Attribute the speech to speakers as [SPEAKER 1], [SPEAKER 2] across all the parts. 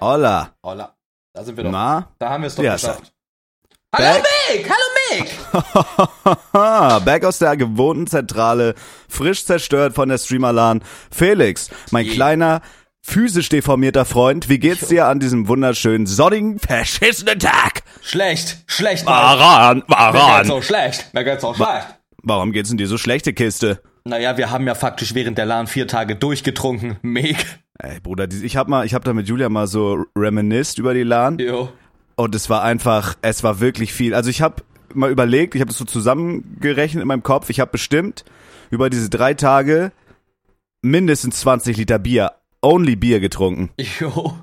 [SPEAKER 1] Olla.
[SPEAKER 2] Holla. Da sind wir doch.
[SPEAKER 1] Na?
[SPEAKER 2] Da haben wir es doch
[SPEAKER 1] Ja,
[SPEAKER 2] geschafft.
[SPEAKER 1] Back-
[SPEAKER 2] Mick! Hallo Mick!
[SPEAKER 1] Back aus der gewohnten Zentrale, frisch zerstört von der Streamerlan. Felix, mein
[SPEAKER 2] Je.
[SPEAKER 1] kleiner, physisch deformierter Freund, wie geht's dir an diesem wunderschönen, sonnigen, verschissenen Tag?
[SPEAKER 2] Schlecht, schlecht, Mann.
[SPEAKER 1] Waran,
[SPEAKER 2] Mir geht's
[SPEAKER 1] waran.
[SPEAKER 2] auch schlecht. Mir geht's auch schlecht.
[SPEAKER 1] Warum geht's denn dir so schlechte Kiste?
[SPEAKER 2] Naja, wir haben ja faktisch während der LAN vier Tage durchgetrunken. Mick.
[SPEAKER 1] Ey, Bruder, die- ich hab mal, ich hab da mit Julia mal so reminisst über die LAN.
[SPEAKER 2] Jo.
[SPEAKER 1] Und es war einfach, es war wirklich viel. Also ich habe mal überlegt, ich habe das so zusammengerechnet in meinem Kopf. Ich habe bestimmt über diese drei Tage mindestens 20 Liter Bier, only Bier getrunken.
[SPEAKER 2] Jo.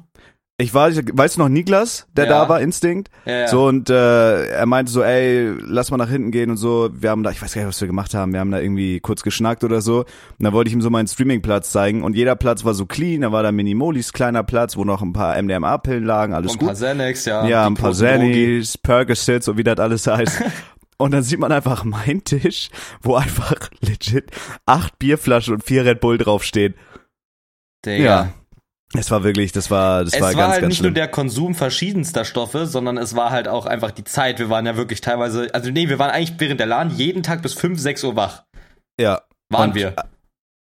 [SPEAKER 1] Ich war, weißt du noch, Niklas, der
[SPEAKER 2] Ja.
[SPEAKER 1] da war, Instinkt?
[SPEAKER 2] Ja, ja.
[SPEAKER 1] So und äh, er meinte so, ey, lass mal nach hinten gehen und so. Wir haben da, ich weiß gar nicht, was wir gemacht haben. Wir haben da irgendwie kurz geschnackt oder so. Und dann wollte ich ihm so meinen Streamingplatz zeigen und jeder Platz war so clean. Da war da Minimolis kleiner Platz, wo noch ein paar MDMA-Pillen lagen, alles
[SPEAKER 2] Und ein
[SPEAKER 1] gut.
[SPEAKER 2] paar Xanax, ja.
[SPEAKER 1] Ja, ein
[SPEAKER 2] Ähm, Die
[SPEAKER 1] paar
[SPEAKER 2] große Drogi.
[SPEAKER 1] Zennies, Percocets und wie das alles heißt. Und dann sieht man einfach meinen Tisch, wo einfach legit acht Bierflaschen und vier Red Bull draufstehen.
[SPEAKER 2] Digga.
[SPEAKER 1] Es war wirklich, das war, das
[SPEAKER 2] Es
[SPEAKER 1] war
[SPEAKER 2] war,
[SPEAKER 1] ganz,
[SPEAKER 2] halt
[SPEAKER 1] ganz
[SPEAKER 2] nicht
[SPEAKER 1] schlimm.
[SPEAKER 2] nur der Konsum verschiedenster Stoffe, sondern es war halt auch einfach die Zeit. Wir waren ja wirklich teilweise, also nee, wir waren eigentlich während der LAN jeden Tag bis 5, 6 Uhr wach.
[SPEAKER 1] ja.
[SPEAKER 2] Waren
[SPEAKER 1] Und äh,
[SPEAKER 2] wir.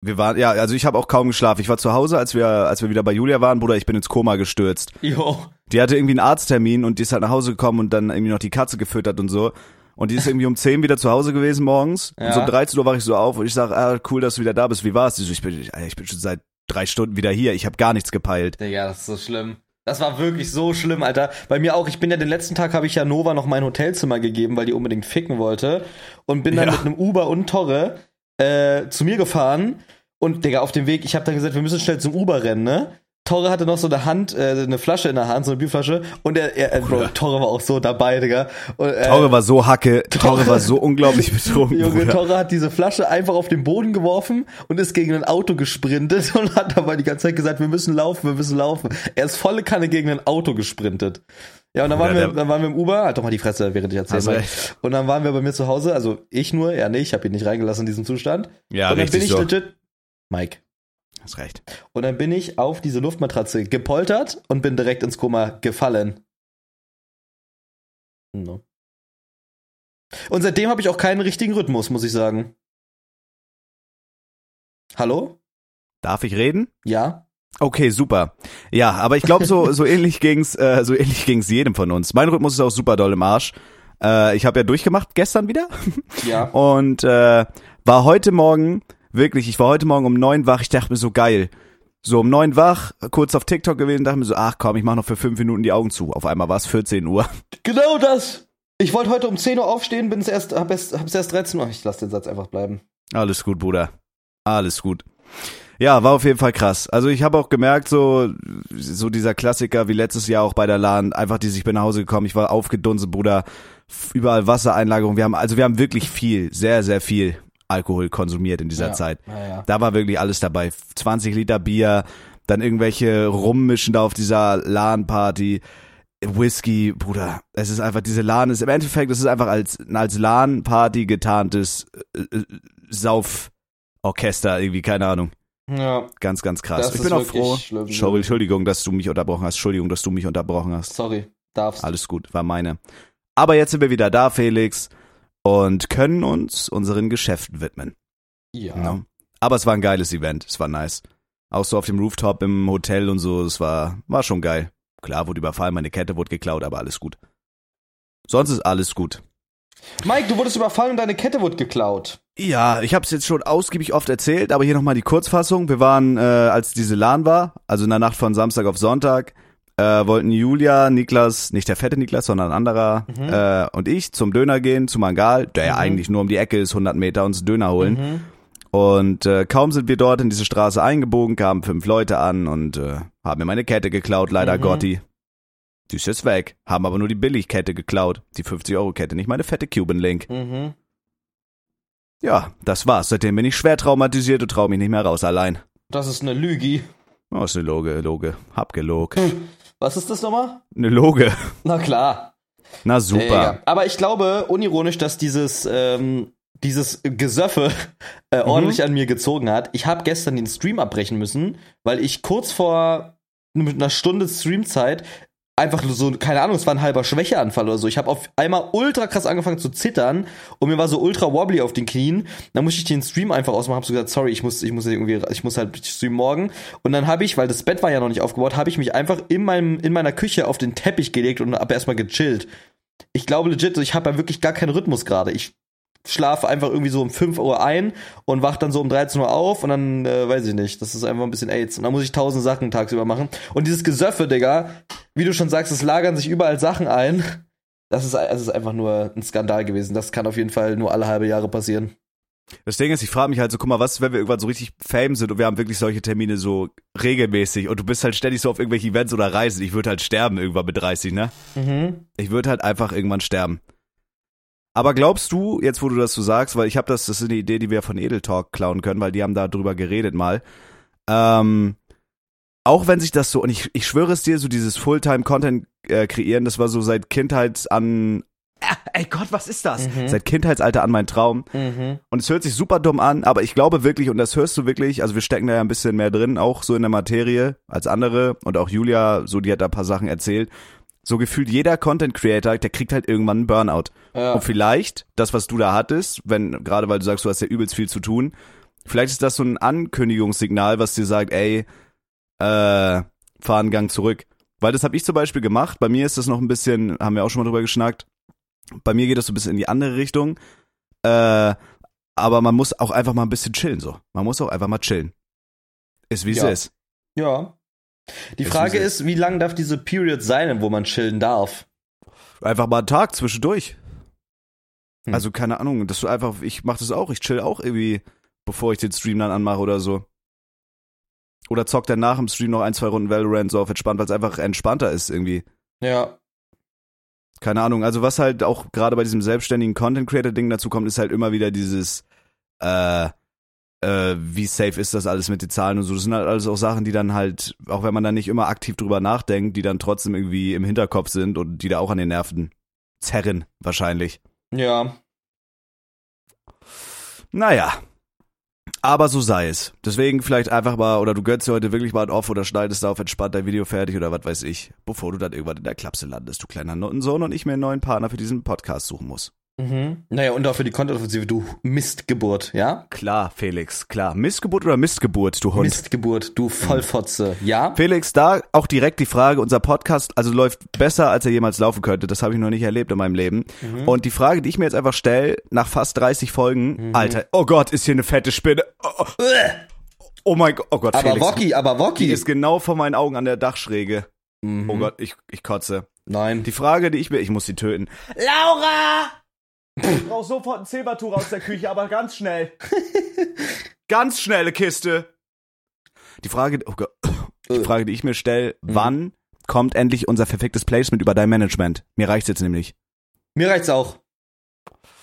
[SPEAKER 1] Wir waren, ja, also ich habe auch kaum geschlafen. Ich war zu Hause, als wir, als wir wieder bei Julia waren, Bruder, ich bin ins Koma gestürzt.
[SPEAKER 2] Jo.
[SPEAKER 1] Die hatte irgendwie einen Arzttermin und die ist halt nach Hause gekommen und dann irgendwie noch die Katze gefüttert und so. Und die ist irgendwie um 10 wieder zu Hause gewesen morgens. Und so um
[SPEAKER 2] Ja.
[SPEAKER 1] 13 Uhr wache ich so auf und ich sage, ah, cool, dass du wieder da bist. Wie war's? Die so, ich bin, ich- Alter, ich bin schon seit drei Stunden wieder hier. Ich habe gar nichts gepeilt.
[SPEAKER 2] Digga, das ist so schlimm. Das war wirklich so schlimm, Alter. Bei mir auch, ich bin ja den letzten Tag habe ich ja Nova noch mein Hotelzimmer gegeben, weil die unbedingt ficken wollte. Und bin dann
[SPEAKER 1] Ja.
[SPEAKER 2] mit einem Uber und Torre äh, zu mir gefahren. Und Digga, auf dem Weg, ich habe dann gesagt, wir müssen schnell zum Uber rennen, ne? Torre hatte noch so eine Hand, äh, eine Flasche in der Hand, so eine Bierflasche. Und er, er, äh, Bro, Torre war auch so dabei, Digga. Und, äh,
[SPEAKER 1] Torre war so hacke. Torre war so unglaublich betrunken.
[SPEAKER 2] Junge
[SPEAKER 1] Bruder.
[SPEAKER 2] Torre hat diese Flasche einfach auf den Boden geworfen und ist gegen ein Auto gesprintet und hat dabei die ganze Zeit gesagt, wir müssen laufen, wir müssen laufen. Er ist volle Kanne gegen ein Auto gesprintet. Ja, und dann waren,
[SPEAKER 1] Bruder,
[SPEAKER 2] wir,
[SPEAKER 1] der-
[SPEAKER 2] dann waren wir im Uber, halt doch mal die Fresse, während ich erzähle.
[SPEAKER 1] Hast
[SPEAKER 2] mal.
[SPEAKER 1] recht.
[SPEAKER 2] Und dann waren wir bei mir zu Hause, also ich nur, er nicht, ich habe ihn nicht reingelassen in diesem Zustand.
[SPEAKER 1] Ja,
[SPEAKER 2] und dann bin
[SPEAKER 1] richtig
[SPEAKER 2] ich
[SPEAKER 1] so.
[SPEAKER 2] legit, Mike.
[SPEAKER 1] Hast recht.
[SPEAKER 2] Und dann bin ich auf diese Luftmatratze gepoltert und bin direkt ins Koma gefallen. No. Und seitdem habe ich auch keinen richtigen Rhythmus, muss ich sagen. Hallo?
[SPEAKER 1] Darf ich reden?
[SPEAKER 2] Ja?
[SPEAKER 1] Okay, super. Ja, aber ich glaube, so, so ähnlich ging's, äh, so ähnlich ging's jedem von uns. Mein Rhythmus ist auch super doll im Arsch. Äh, ich habe ja durchgemacht gestern wieder.
[SPEAKER 2] Ja.
[SPEAKER 1] und äh, war heute Morgen, wirklich, ich war heute Morgen um neun wach, ich dachte mir so geil. So um neun wach, kurz auf TikTok gewesen, dachte mir so, ach komm, ich mache noch für fünf Minuten die Augen zu. Auf einmal war es 14 Uhr.
[SPEAKER 2] Genau das! Ich wollte heute um 10 Uhr aufstehen, bin's erst, hab erst, hab's erst 13 Uhr. Ich lasse den Satz einfach bleiben.
[SPEAKER 1] Alles gut, Bruder. Alles gut. Ja, war auf jeden Fall krass. Also ich habe auch gemerkt, so, so dieser Klassiker wie letztes Jahr auch bei der LAN, einfach die sich bin nach Hause gekommen, ich war aufgedunsen, Bruder, F- überall Wassereinlagerung. Wir haben, also wir haben wirklich viel, sehr, sehr viel Alkohol konsumiert in dieser
[SPEAKER 2] Ja.
[SPEAKER 1] Zeit.
[SPEAKER 2] Naja.
[SPEAKER 1] Da war wirklich alles dabei. 20 Liter Bier, dann irgendwelche Rummischen da auf dieser LAN-Party, Whisky, Bruder. Es ist einfach, diese LAN ist, im Endeffekt, es ist einfach als, als LAN-Party getarntes äh, äh, Sauforchester irgendwie, keine Ahnung.
[SPEAKER 2] Ja,
[SPEAKER 1] Ganz, ganz krass.
[SPEAKER 2] das
[SPEAKER 1] also ich
[SPEAKER 2] ist
[SPEAKER 1] bin auch
[SPEAKER 2] wirklich
[SPEAKER 1] froh.
[SPEAKER 2] schlimm.
[SPEAKER 1] Schau, Entschuldigung, dass du mich unterbrochen hast. Entschuldigung, dass du mich unterbrochen hast.
[SPEAKER 2] Sorry, darfst.
[SPEAKER 1] Alles gut, war meine. Aber jetzt sind wir wieder da, Felix, und können uns unseren Geschäften widmen.
[SPEAKER 2] Ja.
[SPEAKER 1] Ja. Aber es war ein geiles Event, es war nice. Auch so auf dem Rooftop im Hotel und so, es war, war schon geil. Klar, wurde überfallen, meine Kette wurde geklaut, aber alles gut. Sonst ist alles gut.
[SPEAKER 2] Mike, du wurdest überfallen und deine Kette wurde geklaut.
[SPEAKER 1] Ja, ich habe es jetzt schon ausgiebig oft erzählt, aber hier nochmal die Kurzfassung. Wir waren, äh, als diese LAN war, also in der Nacht von Samstag auf Sonntag, äh, wollten Julia, Niklas, nicht der fette Niklas, sondern ein anderer, äh, und ich zum Döner gehen, zum Mangal, der ja eigentlich nur um die Ecke ist, 100 Meter, uns einen Döner holen. Und äh, kaum sind wir dort in diese Straße eingebogen, kamen fünf Leute an und äh, haben mir meine Kette geklaut, leider
[SPEAKER 2] Mhm.
[SPEAKER 1] Gotti. Die ist jetzt weg, haben aber nur die Billigkette geklaut, die 50-Euro-Kette, nicht meine fette Cuban Link.
[SPEAKER 2] Mhm.
[SPEAKER 1] Ja, das war's. Seitdem bin ich schwer traumatisiert und trau mich nicht mehr raus allein.
[SPEAKER 2] Das ist eine Lüge.
[SPEAKER 1] Oh, ist ne Loge, Loge. Hab gelog.
[SPEAKER 2] Was ist das nochmal?
[SPEAKER 1] Ne Loge.
[SPEAKER 2] Na klar.
[SPEAKER 1] Na super.
[SPEAKER 2] Digga. Aber ich glaube unironisch, dass dieses, ähm, dieses Gesöffe äh, ordentlich an mir gezogen hat. Ich habe gestern den Stream abbrechen müssen, weil ich kurz vor mit einer Stunde Streamzeit einfach so, keine Ahnung, es war ein halber Schwächeanfall oder so. Ich habe auf einmal ultra krass angefangen zu zittern und mir war so ultra wobbly auf den Knien. Dann musste ich den Stream einfach ausmachen, hab so gesagt, sorry, ich muss, ich muss irgendwie, ich muss halt stream morgen. Und dann habe ich, weil das Bett war ja noch nicht aufgebaut, habe ich mich einfach in meinem, in meiner Küche auf den Teppich gelegt und habe erstmal gechillt. Ich glaube legit, ich habe ja wirklich gar keinen Rhythmus gerade. Ich schlafe einfach irgendwie so um 5 Uhr ein und wach dann so um 13 Uhr auf und dann äh, weiß ich nicht. Das ist einfach ein bisschen AIDS. Und dann muss ich tausend Sachen tagsüber machen. Und dieses Gesöffe, Digga, wie du schon sagst, es lagern sich überall Sachen ein. Das ist, das ist einfach nur ein Skandal gewesen. Das kann auf jeden Fall nur alle halbe Jahre passieren.
[SPEAKER 1] Das Ding ist, ich frage mich halt so, guck mal, was, wenn wir irgendwann so richtig Fame sind und wir haben wirklich solche Termine so regelmäßig und du bist halt ständig so auf irgendwelchen Events oder Reisen. Ich würde halt sterben irgendwann mit 30, ne?
[SPEAKER 2] Mhm.
[SPEAKER 1] Ich würde halt einfach irgendwann sterben. Aber glaubst du, jetzt wo du das so sagst, weil ich habe das, das ist eine Idee, die wir von Edel Talk klauen können, weil die haben da drüber geredet mal. Ähm, auch wenn sich das so, und ich, ich schwöre es dir, so dieses Fulltime-Content äh, kreieren, das war so seit Kindheit an. Äh, ey Gott, was ist das?
[SPEAKER 2] Mhm.
[SPEAKER 1] Seit Kindheitsalter an mein Traum.
[SPEAKER 2] Mhm.
[SPEAKER 1] Und es hört sich super dumm an, aber ich glaube wirklich, und das hörst du wirklich, also wir stecken da ja ein bisschen mehr drin, auch so in der Materie als andere und auch Julia, so die hat da ein paar Sachen erzählt. So gefühlt jeder Content Creator, der kriegt halt irgendwann einen Burnout.
[SPEAKER 2] Ja.
[SPEAKER 1] Und vielleicht, das, was du da hattest, wenn, gerade weil du sagst, du hast ja übelst viel zu tun, vielleicht ist das so ein Ankündigungssignal, was dir sagt, ey, äh, fahr einen Gang zurück. Weil das habe ich zum Beispiel gemacht. Bei mir ist das noch ein bisschen, haben wir auch schon mal drüber geschnackt. Bei mir geht das so ein bisschen in die andere Richtung. Äh, aber man muss auch einfach mal ein bisschen chillen, so. Man muss auch einfach mal chillen. Ist wie
[SPEAKER 2] Ja.
[SPEAKER 1] es ist.
[SPEAKER 2] ja. Die
[SPEAKER 1] Ist
[SPEAKER 2] Frage
[SPEAKER 1] wie
[SPEAKER 2] ist, wie lang darf diese Period sein, wo man chillen darf?
[SPEAKER 1] Einfach mal einen Tag zwischendurch.
[SPEAKER 2] Hm.
[SPEAKER 1] Also keine Ahnung, dass du einfach, ich mach das auch, ich chill auch irgendwie, bevor ich den Stream dann anmache oder so. Oder zock dann nach dem Stream noch ein, zwei Runden Valorant so auf entspannt, weil es einfach entspannter ist irgendwie.
[SPEAKER 2] Ja.
[SPEAKER 1] keine Ahnung, also was halt auch gerade bei diesem selbstständigen Content Creator Ding dazu kommt, ist halt immer wieder dieses äh, äh, wie safe ist das alles mit den Zahlen und so. Das sind halt alles auch Sachen, die dann halt, auch wenn man da nicht immer aktiv drüber nachdenkt, die dann trotzdem irgendwie im Hinterkopf sind und die da auch an den Nerven zerren, wahrscheinlich.
[SPEAKER 2] Ja.
[SPEAKER 1] Naja. Aber so sei es. Deswegen vielleicht einfach mal, oder du gönnst dir heute wirklich mal ein Off oder schneidest da auf entspannt dein Video fertig oder was weiß ich, bevor du dann irgendwann in der Klapse landest, du kleiner Nuttensohn und ich mir einen neuen Partner für diesen Podcast suchen muss.
[SPEAKER 2] Mhm. Naja, und auch für die Konteroffensive, du Mistgeburt, ja?
[SPEAKER 1] Klar, Felix, klar. Missgeburt oder Mistgeburt, du Hund?
[SPEAKER 2] Mistgeburt, du Vollfotze,
[SPEAKER 1] Mhm.
[SPEAKER 2] ja?
[SPEAKER 1] Felix, da auch direkt die Frage, unser Podcast also läuft besser, als er jemals laufen könnte. Das habe ich noch nicht erlebt in meinem Leben.
[SPEAKER 2] Mhm.
[SPEAKER 1] Und die Frage, die ich mir jetzt einfach stelle, nach fast 30 Folgen,
[SPEAKER 2] Mhm.
[SPEAKER 1] Alter, oh Gott, ist hier eine fette Spinne. Oh, oh, oh mein Gott, oh Gott,
[SPEAKER 2] Aber
[SPEAKER 1] Felix.
[SPEAKER 2] Woki, aber
[SPEAKER 1] Die
[SPEAKER 2] Woki.
[SPEAKER 1] ist genau vor meinen Augen an der Dachschräge.
[SPEAKER 2] Mhm.
[SPEAKER 1] Oh Gott, ich, ich kotze.
[SPEAKER 2] Nein.
[SPEAKER 1] Die Frage, die ich mir, ich muss sie töten. Laura! Ich brauch sofort ein Silbertuch aus der Küche, aber ganz schnell. ganz schnelle Kiste. Die Frage, oh Gott, die
[SPEAKER 2] Äh.
[SPEAKER 1] Frage, die ich mir stelle,
[SPEAKER 2] Mhm.
[SPEAKER 1] wann kommt endlich unser perfektes Placement über dein Management? Mir reicht's jetzt nämlich.
[SPEAKER 2] Mir reicht's auch.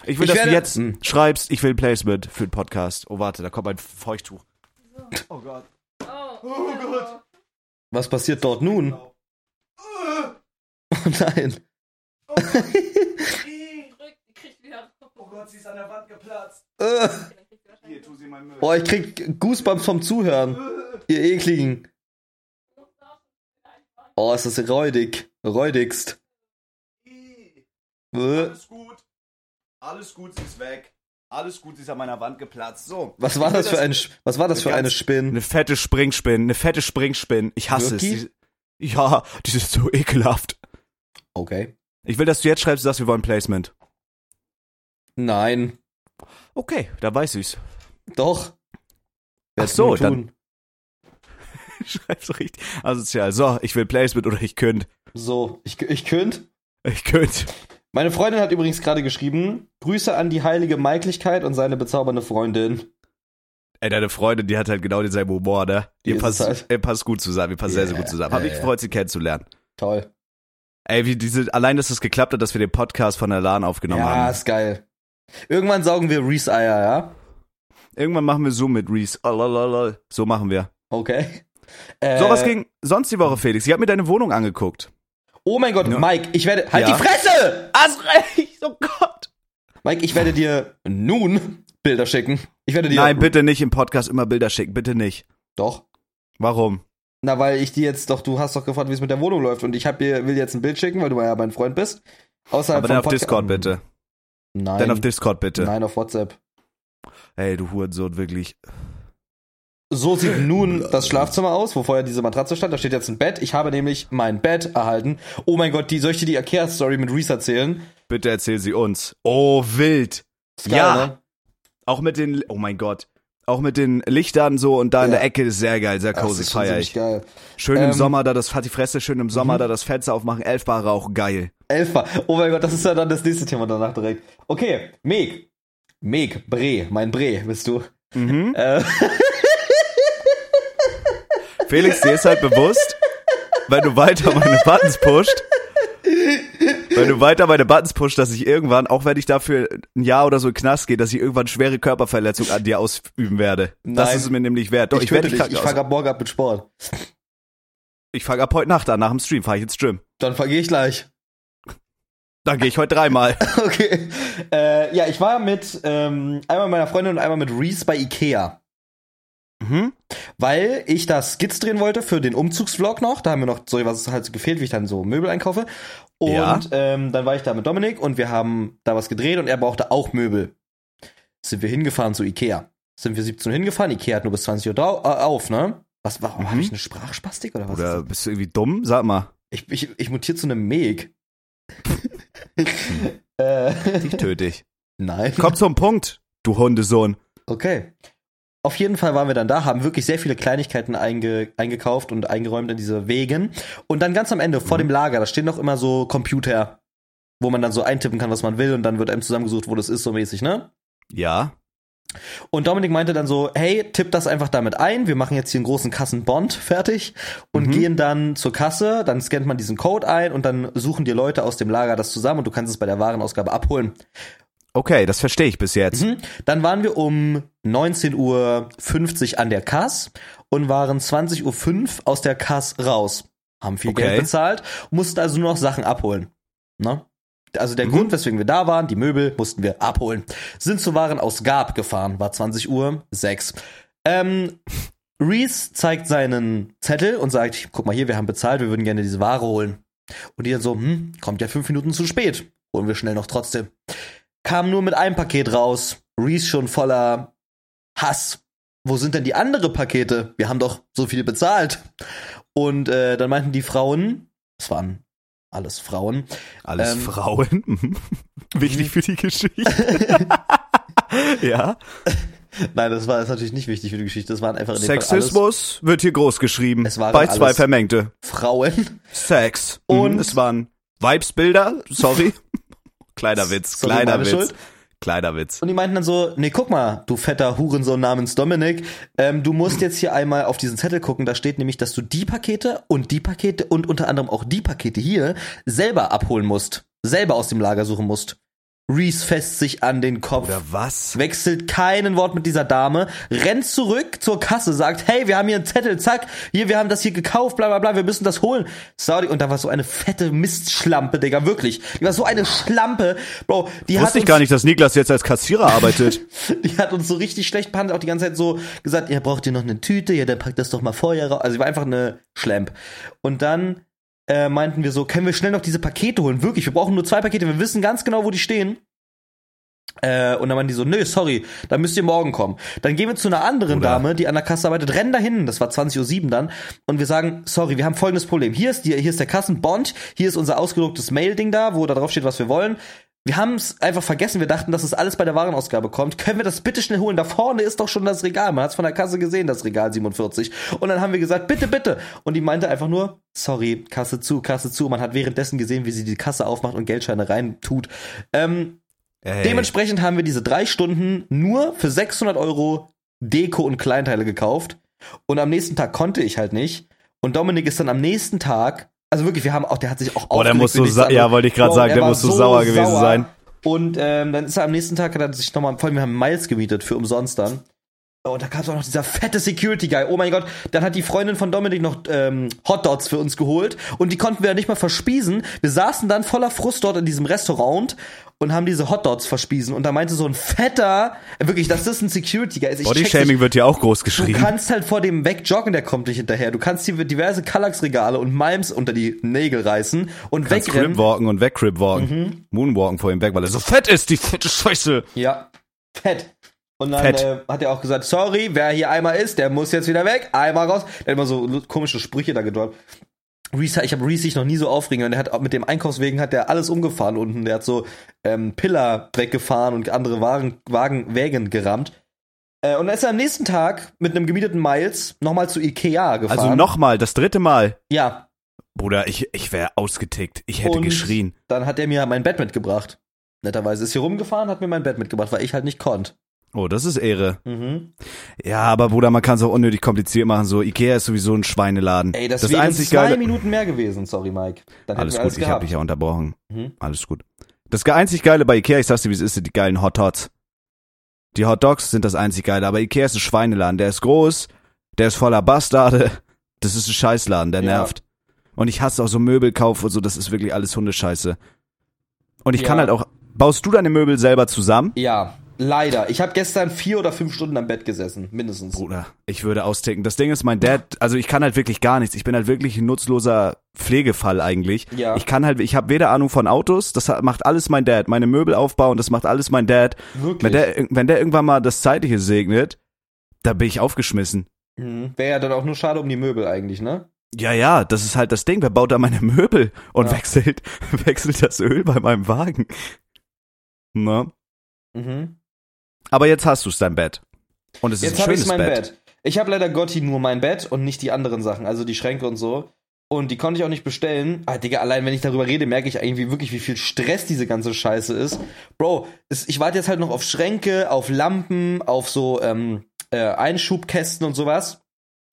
[SPEAKER 1] Ich will,
[SPEAKER 2] Ich
[SPEAKER 1] dass
[SPEAKER 2] werde-
[SPEAKER 1] du jetzt
[SPEAKER 2] Hm.
[SPEAKER 1] schreibst, ich will ein Placement für den Podcast. Oh, warte, da kommt ein Feuchttuch. Oh Gott.
[SPEAKER 3] Oh,
[SPEAKER 1] Gott.
[SPEAKER 2] Was passiert dort
[SPEAKER 1] Hm.
[SPEAKER 2] nun?
[SPEAKER 1] Genau.
[SPEAKER 2] Oh nein.
[SPEAKER 3] Drück, die kriegt wieder
[SPEAKER 1] Oh Gott, sie ist an der Wand geplatzt.
[SPEAKER 2] Äh,
[SPEAKER 1] Hier, tu sie in meinen Müll.
[SPEAKER 2] Boah, ich krieg Goosebumps vom Zuhören. Ihr ekligen. Oh, es ist räudig. Räudigst. Äh,
[SPEAKER 1] Alles gut. Alles gut, sie ist weg. Alles gut, sie ist an meiner Wand geplatzt. So.
[SPEAKER 2] Was war
[SPEAKER 1] Ich will ne
[SPEAKER 2] das für ein Sch- Was war das für eine Spinne?
[SPEAKER 1] Eine fette Springspinne, eine fette Springspinne. Ich hasse es.
[SPEAKER 2] Wirklich?
[SPEAKER 1] Die, ja, die ist so ekelhaft.
[SPEAKER 2] Okay.
[SPEAKER 1] Ich will, dass du jetzt schreibst, dass wir wollen Placement.
[SPEAKER 2] Nein.
[SPEAKER 1] Okay, da weiß ich's.
[SPEAKER 2] Doch.
[SPEAKER 1] Ach
[SPEAKER 2] Werd's
[SPEAKER 1] so,
[SPEAKER 2] nun
[SPEAKER 1] dann
[SPEAKER 2] tun.
[SPEAKER 1] schreib's richtig. Asozial. So, ich will Placement oder ich könnt.
[SPEAKER 2] So, ich, ich könnte.
[SPEAKER 1] Ich könnt.
[SPEAKER 2] Meine Freundin hat übrigens gerade geschrieben, Grüße an die heilige Meiglichkeit und seine bezaubernde Freundin.
[SPEAKER 1] Ey, deine Freundin, die hat halt genau denselben Humor, ne?
[SPEAKER 2] Die
[SPEAKER 1] Ihr
[SPEAKER 2] ist
[SPEAKER 1] passt,
[SPEAKER 2] es halt.
[SPEAKER 1] ihr passt gut zusammen, ihr passt sehr, sehr
[SPEAKER 2] Ja,
[SPEAKER 1] gut zusammen. Hab
[SPEAKER 2] ja,
[SPEAKER 1] mich
[SPEAKER 2] ja.
[SPEAKER 1] gefreut, sie kennenzulernen.
[SPEAKER 2] Toll.
[SPEAKER 1] Ey, wie diese, allein, dass es geklappt hat, dass wir den Podcast von der LAN aufgenommen
[SPEAKER 2] ja,
[SPEAKER 1] haben.
[SPEAKER 2] ist geil. Irgendwann saugen wir Reese Eier, ja?
[SPEAKER 1] Irgendwann machen wir Zoom mit Reese. Oh, lol, lol, lol. So machen wir.
[SPEAKER 2] Okay.
[SPEAKER 1] So,
[SPEAKER 2] Äh,
[SPEAKER 1] was ging sonst die Woche, Felix? Ich habe mir deine Wohnung angeguckt.
[SPEAKER 2] Oh mein Gott,
[SPEAKER 1] Ja.
[SPEAKER 2] Mike, ich werde. Halt
[SPEAKER 1] Ja.
[SPEAKER 2] die Fresse!
[SPEAKER 1] Hast recht, oh Gott.
[SPEAKER 2] Mike, ich werde dir nun Bilder schicken. Ich werde dir.
[SPEAKER 1] Nein, bitte nicht im Podcast immer Bilder schicken, bitte nicht.
[SPEAKER 2] Doch.
[SPEAKER 1] Warum?
[SPEAKER 2] Na, weil ich die jetzt doch, du hast doch gefragt, wie es mit der Wohnung läuft und ich hab dir, will jetzt ein Bild schicken, weil du ja mein Freund bist. Außerhalb
[SPEAKER 1] Aber dann
[SPEAKER 2] vom
[SPEAKER 1] auf
[SPEAKER 2] Podca-
[SPEAKER 1] Discord bitte.
[SPEAKER 2] Nein,
[SPEAKER 1] Dann auf Discord bitte.
[SPEAKER 2] nein, auf WhatsApp.
[SPEAKER 1] Ey, du Hurensohn, wirklich.
[SPEAKER 2] So sieht nun das Schlafzimmer aus, wo vorher diese Matratze stand. Da steht jetzt ein Bett. Ich habe nämlich mein Bett erhalten. Oh mein Gott, die, soll ich dir die Ikea-Story mit Reese erzählen?
[SPEAKER 1] Bitte erzähl sie uns. Oh, wild.
[SPEAKER 2] Ist geil,
[SPEAKER 1] Ja.
[SPEAKER 2] ne?
[SPEAKER 1] Auch mit den, oh mein Gott. Auch mit den Lichtern so und da in
[SPEAKER 2] Ja.
[SPEAKER 1] der Ecke ist sehr geil, sehr
[SPEAKER 2] Das
[SPEAKER 1] cozy,
[SPEAKER 2] ist schon
[SPEAKER 1] feier
[SPEAKER 2] ziemlich
[SPEAKER 1] ich.
[SPEAKER 2] geil.
[SPEAKER 1] Schön im
[SPEAKER 2] Ähm, mhm.
[SPEAKER 1] Sommer da das hat die Fresse, schön im Sommer da das Fenster aufmachen, elfbar Rauch, geil.
[SPEAKER 2] Elfer. Oh mein Gott, das ist ja dann das nächste Thema danach direkt. Okay, Meg. Meg, Bre, mein Bre, bist du.
[SPEAKER 1] Mhm.
[SPEAKER 2] Äh,
[SPEAKER 1] Felix, dir ist halt bewusst, wenn du weiter meine Buttons pusht, wenn du weiter meine Buttons pusht, dass ich irgendwann, auch wenn ich dafür ein Jahr oder so in den Knast gehe, dass ich irgendwann schwere Körperverletzung an dir ausüben werde. Das
[SPEAKER 2] Nein.
[SPEAKER 1] ist es mir nämlich wert. Doch, ich, werde
[SPEAKER 2] ich,
[SPEAKER 1] dich
[SPEAKER 2] ich fange ab morgen ab mit Sport.
[SPEAKER 1] Ich fange ab heute Nacht an, nach dem Stream fahre ich ins Gym.
[SPEAKER 2] Dann fange ich gleich.
[SPEAKER 1] Dann gehe ich heute dreimal.
[SPEAKER 2] Okay. Äh, ja, ich war mit ähm, einmal meiner Freundin und einmal mit Reese bei Ikea.
[SPEAKER 1] Mhm.
[SPEAKER 2] weil ich da Skits drehen wollte für den Umzugsvlog noch. Da haben wir noch so was halt so gefehlt, wie ich dann so Möbel einkaufe. Und
[SPEAKER 1] Ja.
[SPEAKER 2] ähm, dann war ich da mit Dominik und wir haben da was gedreht und er brauchte auch Möbel. Sind wir hingefahren zu Ikea. Sind wir 17 Uhr hingefahren, Ikea hat nur bis 20 Uhr drau- äh, auf, ne? Was, warum
[SPEAKER 1] Mhm.
[SPEAKER 2] habe ich eine Sprachspastik oder was? ist
[SPEAKER 1] Oder
[SPEAKER 2] das?
[SPEAKER 1] bist du irgendwie dumm? Sag mal.
[SPEAKER 2] ich ich, ich mutiere zu einem Meg. äh,
[SPEAKER 1] Ich töte dich.
[SPEAKER 2] nein.
[SPEAKER 1] Komm zum Punkt, du Hundesohn.
[SPEAKER 2] Okay. Auf jeden Fall waren wir dann da, haben wirklich sehr viele Kleinigkeiten einge eingekauft und eingeräumt in diese Wegen. Und dann ganz am Ende, vor dem Lager, da stehen noch immer so Computer, wo man dann so eintippen kann, was man will, und dann wird einem zusammengesucht, wo das ist, so mäßig, ne?
[SPEAKER 1] Ja.
[SPEAKER 2] Und Dominik meinte dann so, hey, tipp das einfach damit ein, wir machen jetzt hier einen großen Kassenbond fertig und
[SPEAKER 1] Mhm.
[SPEAKER 2] gehen dann zur Kasse, dann scannt man diesen Code ein und dann suchen dir Leute aus dem Lager das zusammen und du kannst es bei der Warenausgabe abholen.
[SPEAKER 1] Okay, das verstehe ich bis jetzt.
[SPEAKER 2] Mhm. Dann waren wir um 19.50 Uhr an der Kass und waren 20.05 Uhr aus der Kass raus. Haben viel
[SPEAKER 1] Okay.
[SPEAKER 2] Geld bezahlt, mussten also nur noch Sachen abholen. Ne? Also der
[SPEAKER 1] Mhm.
[SPEAKER 2] Grund, weswegen wir da waren, die Möbel mussten wir abholen. Sind zur Waren aus Gab gefahren, war 20 Uhr 6. Ähm, Reese zeigt seinen Zettel und sagt, guck mal hier, wir haben bezahlt, wir würden gerne diese Ware holen. Und die dann so, hm, kommt ja fünf Minuten zu spät. Holen wir schnell noch trotzdem. Kam nur mit einem Paket raus. Reese schon voller Hass. Wo sind denn die anderen Pakete? Wir haben doch so viel bezahlt. Und äh, dann meinten die Frauen, es waren alles Frauen,
[SPEAKER 1] Alles
[SPEAKER 2] Ähm.
[SPEAKER 1] Frauen. Mhm. Wichtig für die Geschichte. ja.
[SPEAKER 2] Nein, das war das ist natürlich nicht wichtig für die Geschichte. Das waren einfach in dem Fall
[SPEAKER 1] Sexismus wird hier groß geschrieben.
[SPEAKER 2] Es waren
[SPEAKER 1] Bei zwei
[SPEAKER 2] alles-
[SPEAKER 1] Vermengte.
[SPEAKER 2] alles Frauen.
[SPEAKER 1] Sex.
[SPEAKER 2] Und-
[SPEAKER 1] Mhm, es waren Vibesbilder. Sorry. kleiner Witz,
[SPEAKER 2] Sorry,
[SPEAKER 1] kleiner
[SPEAKER 2] meine
[SPEAKER 1] Witz.
[SPEAKER 2] Schuld.
[SPEAKER 1] Kleiner Witz.
[SPEAKER 2] Und die meinten dann so, nee, guck mal, du fetter Hurensohn namens Dominik, ähm, du musst jetzt hier einmal auf diesen Zettel gucken. Da steht nämlich, dass du die Pakete und die Pakete und unter anderem auch die Pakete hier selber abholen musst. Selber aus dem Lager suchen musst. Reese fässt sich an den Kopf.
[SPEAKER 1] Oder was?
[SPEAKER 2] wechselt keinen Wort mit dieser Dame, rennt zurück zur Kasse, sagt, hey, wir haben hier einen Zettel, zack, hier, wir haben das hier gekauft, bla bla bla, wir müssen das holen. Saudi, und da war so eine fette Mistschlampe, Digga, wirklich. Die war so eine Schlampe, Bro, die hat
[SPEAKER 1] Wusste ich
[SPEAKER 2] uns,
[SPEAKER 1] gar nicht, dass Niklas jetzt als Kassierer arbeitet.
[SPEAKER 2] die hat uns so richtig schlecht behandelt, auch die ganze Zeit so gesagt, ja, braucht ihr noch eine Tüte, ja, dann packt das doch mal vorher raus. Also, die war einfach eine Schlamp. Und dann äh, meinten wir so, können wir schnell noch diese Pakete holen? Wirklich, wir brauchen nur zwei Pakete, wir wissen ganz genau, wo die stehen. Äh, und dann waren die so, nö, sorry, dann müsst ihr morgen kommen. Dann gehen wir zu einer anderen
[SPEAKER 1] Oder-
[SPEAKER 2] Dame, die an der Kasse arbeitet, rennen dahin, das war 20.07 Uhr dann, und wir sagen, sorry, wir haben folgendes Problem. Hier ist, die, hier ist der Kassenbond, hier ist unser ausgedrucktes Mail-Ding da, wo da drauf steht, was wir wollen. Wir haben es einfach vergessen, wir dachten, dass es alles bei der Warenausgabe kommt. Können wir das bitte schnell holen? Da vorne ist doch schon das Regal. Man hat es von der Kasse gesehen, das Regal 47. Und dann haben wir gesagt, bitte, bitte. Und die meinte einfach nur, sorry, Kasse zu, Kasse zu. Man hat währenddessen gesehen, wie sie die Kasse aufmacht und Geldscheine reintut. Ähm,
[SPEAKER 1] Ey.
[SPEAKER 2] Dementsprechend haben wir diese drei Stunden nur für 600 Euro Deko und Kleinteile gekauft. Und am nächsten Tag konnte ich halt nicht. Und Dominik ist dann am nächsten Tag, also wirklich, wir haben auch, der hat sich auch
[SPEAKER 1] Boah, der
[SPEAKER 2] aufgeregt
[SPEAKER 1] muss
[SPEAKER 2] wie
[SPEAKER 1] so
[SPEAKER 2] nichts
[SPEAKER 1] sa-
[SPEAKER 2] anderes.
[SPEAKER 1] ja, wollte ich gerade
[SPEAKER 2] Bro,
[SPEAKER 1] sagen,
[SPEAKER 2] er
[SPEAKER 1] der
[SPEAKER 2] war
[SPEAKER 1] muss so sauer gewesen sein.
[SPEAKER 2] Und ähm, dann ist er am nächsten Tag, hat er sich nochmal, vor allem wir haben Miles gemietet für umsonst dann. Oh, und da gab es auch noch dieser fette Security Guy. Oh mein Gott, dann hat die Freundin von Dominik noch ähm, Hot Dogs für uns geholt und die konnten wir ja nicht mal verspiesen. Wir saßen dann voller Frust dort in diesem Restaurant und haben diese Hotdogs verspiesen. Und da meinte so ein fetter, wirklich, das ist ein Security Guy. Also ich check's nicht.
[SPEAKER 1] Bodyshaming wird hier auch groß
[SPEAKER 2] Du
[SPEAKER 1] geschrieben.
[SPEAKER 2] kannst halt vor dem wegjoggen, der kommt nicht hinterher. Du kannst dir diverse Kallax-Regale und Malms unter die Nägel reißen und
[SPEAKER 1] Kannst
[SPEAKER 2] wegrennen.
[SPEAKER 1] Cribwalken und wegcribwalken.
[SPEAKER 2] Mhm.
[SPEAKER 1] Moonwalken vor ihm weg, weil er so fett ist, die fette Scheiße.
[SPEAKER 2] Ja, fett. Und dann
[SPEAKER 1] Fett.
[SPEAKER 2] Äh, hat er auch gesagt, sorry, wer hier einmal ist, der muss jetzt wieder weg, einmal raus. Der hat immer so lu- komische Sprüche da gedroppt. Reese, ich habe Reese sich noch nie so aufregen und er hat auch mit dem Einkaufswegen hat der alles umgefahren unten. Der hat so ähm, Pillar weggefahren und andere Wagen, Wagen Wägen gerammt. Äh, und dann ist er am nächsten Tag mit einem gemieteten Miles nochmal zu Ikea gefahren.
[SPEAKER 1] Also nochmal, das dritte Mal.
[SPEAKER 2] Ja,
[SPEAKER 1] Bruder, ich, ich wäre ausgetickt. Ich hätte
[SPEAKER 2] Und-
[SPEAKER 1] geschrien.
[SPEAKER 2] dann hat er mir mein Bett mitgebracht. Netterweise ist hier rumgefahren, hat mir mein Bett mitgebracht, weil ich halt nicht konnte.
[SPEAKER 1] Oh, das ist Ehre.
[SPEAKER 2] Mhm.
[SPEAKER 1] Ja, aber Bruder, man kann es auch unnötig kompliziert machen. So, Ikea ist sowieso ein Schweineladen.
[SPEAKER 2] Ey, das,
[SPEAKER 1] das
[SPEAKER 2] wären
[SPEAKER 1] einzig
[SPEAKER 2] zwei
[SPEAKER 1] geile.
[SPEAKER 2] Minuten mehr gewesen, sorry Mike. Dann
[SPEAKER 1] Alles
[SPEAKER 2] hätten
[SPEAKER 1] gut,
[SPEAKER 2] wir
[SPEAKER 1] ich
[SPEAKER 2] alles
[SPEAKER 1] habe dich
[SPEAKER 2] gehabt.
[SPEAKER 1] ja unterbrochen.
[SPEAKER 2] Mhm.
[SPEAKER 1] Alles gut. Das ge- einzig Geile bei Ikea, ich sag's dir, wie es ist, sind die geilen Hot Dogs. Die Hot Dogs sind das einzig Geile, aber Ikea ist ein Schweineladen. Der ist groß, der ist voller Bastarde. Das ist ein Scheißladen, der
[SPEAKER 2] Ja.
[SPEAKER 1] nervt. Und ich hasse auch so Möbelkauf und so, das ist wirklich alles Hundescheiße. Und ich
[SPEAKER 2] Ja.
[SPEAKER 1] kann halt auch. Baust du deine Möbel selber zusammen?
[SPEAKER 2] Ja, leider. Ich habe gestern vier oder fünf Stunden am Bett gesessen, mindestens.
[SPEAKER 1] Bruder, ich würde austicken. Das Ding ist, mein Dad, also ich kann halt wirklich gar nichts. Ich bin halt wirklich ein nutzloser Pflegefall eigentlich.
[SPEAKER 2] Ja.
[SPEAKER 1] Ich kann halt, ich habe weder Ahnung von Autos, das hat- macht alles mein Dad. Meine Möbel aufbauen, das macht alles mein Dad.
[SPEAKER 2] Wirklich.
[SPEAKER 1] Wenn der, wenn der irgendwann mal das Zeitliche segnet, da bin ich aufgeschmissen.
[SPEAKER 2] Mhm. Wäre ja dann auch nur schade um die Möbel eigentlich, ne?
[SPEAKER 1] Ja, ja, das ist halt das Ding. Wer baut da meine Möbel und
[SPEAKER 2] Ja.
[SPEAKER 1] wechselt, wechselt das Öl bei meinem Wagen? Na?
[SPEAKER 2] Mhm.
[SPEAKER 1] Aber jetzt hast du's, dein Bett. Und es ist
[SPEAKER 2] Jetzt
[SPEAKER 1] ein
[SPEAKER 2] habe
[SPEAKER 1] schönes
[SPEAKER 2] ich mein
[SPEAKER 1] Bett.
[SPEAKER 2] Bett. Ich habe leider Gotti nur mein Bett und nicht die anderen Sachen, also die Schränke und so. Und die konnte ich auch nicht bestellen. Ah, Digga, allein wenn ich darüber rede, merke ich irgendwie wirklich, wie viel Stress diese ganze Scheiße ist. Bro, es, ich warte jetzt halt noch auf Schränke, auf Lampen, auf so ähm, äh, Einschubkästen und sowas.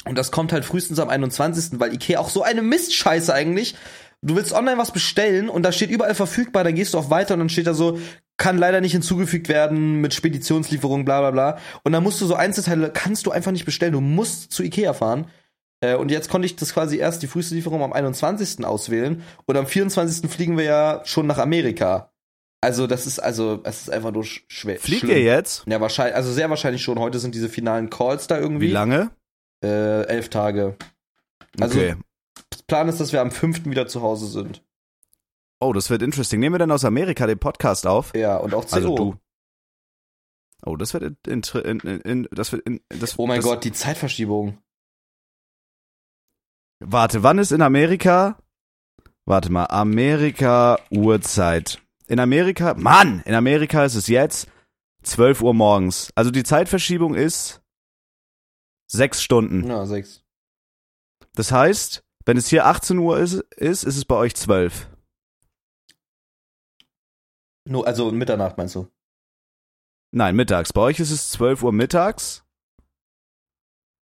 [SPEAKER 2] Und das kommt halt frühestens am 21., weil Ikea auch so eine Mistscheiße eigentlich. Du willst online was bestellen und da steht überall verfügbar, dann gehst du auf weiter und dann steht da so, kann leider nicht hinzugefügt werden mit Speditionslieferung, bla bla bla. Und dann musst du so Einzelteile, kannst du einfach nicht bestellen, du musst zu Ikea fahren. Äh, und jetzt konnte ich das quasi erst die früheste Lieferung am 21. auswählen und am 24. fliegen wir ja schon nach Amerika. Also das ist, also es ist einfach nur sch- schwer.
[SPEAKER 1] Fliegt
[SPEAKER 2] schlimm.
[SPEAKER 1] ihr jetzt?
[SPEAKER 2] Ja, wahrscheinlich, also sehr wahrscheinlich schon. Heute sind diese finalen Calls da irgendwie.
[SPEAKER 1] Wie lange?
[SPEAKER 2] Äh, elf Tage. Also-
[SPEAKER 1] okay.
[SPEAKER 2] Das Plan ist, dass wir am 5. wieder zu Hause sind.
[SPEAKER 1] Oh, das wird interesting. Nehmen wir dann aus Amerika den Podcast auf?
[SPEAKER 2] Ja, und auch CO.
[SPEAKER 1] Also du. Oh, das wird in, in, in, in das wird in, das
[SPEAKER 2] oh mein
[SPEAKER 1] das,
[SPEAKER 2] Gott, die Zeitverschiebung.
[SPEAKER 1] Warte, wann ist in Amerika? Warte mal, Amerika Uhrzeit. In Amerika, Mann, in Amerika ist es jetzt 12 Uhr morgens. Also die Zeitverschiebung ist sechs Stunden.
[SPEAKER 2] Ja, sechs.
[SPEAKER 1] Das heißt, wenn es hier 18 Uhr ist, ist, ist es bei euch 12.
[SPEAKER 2] No, also Mitternacht meinst du?
[SPEAKER 1] Nein, mittags. Bei euch ist es 12 Uhr mittags,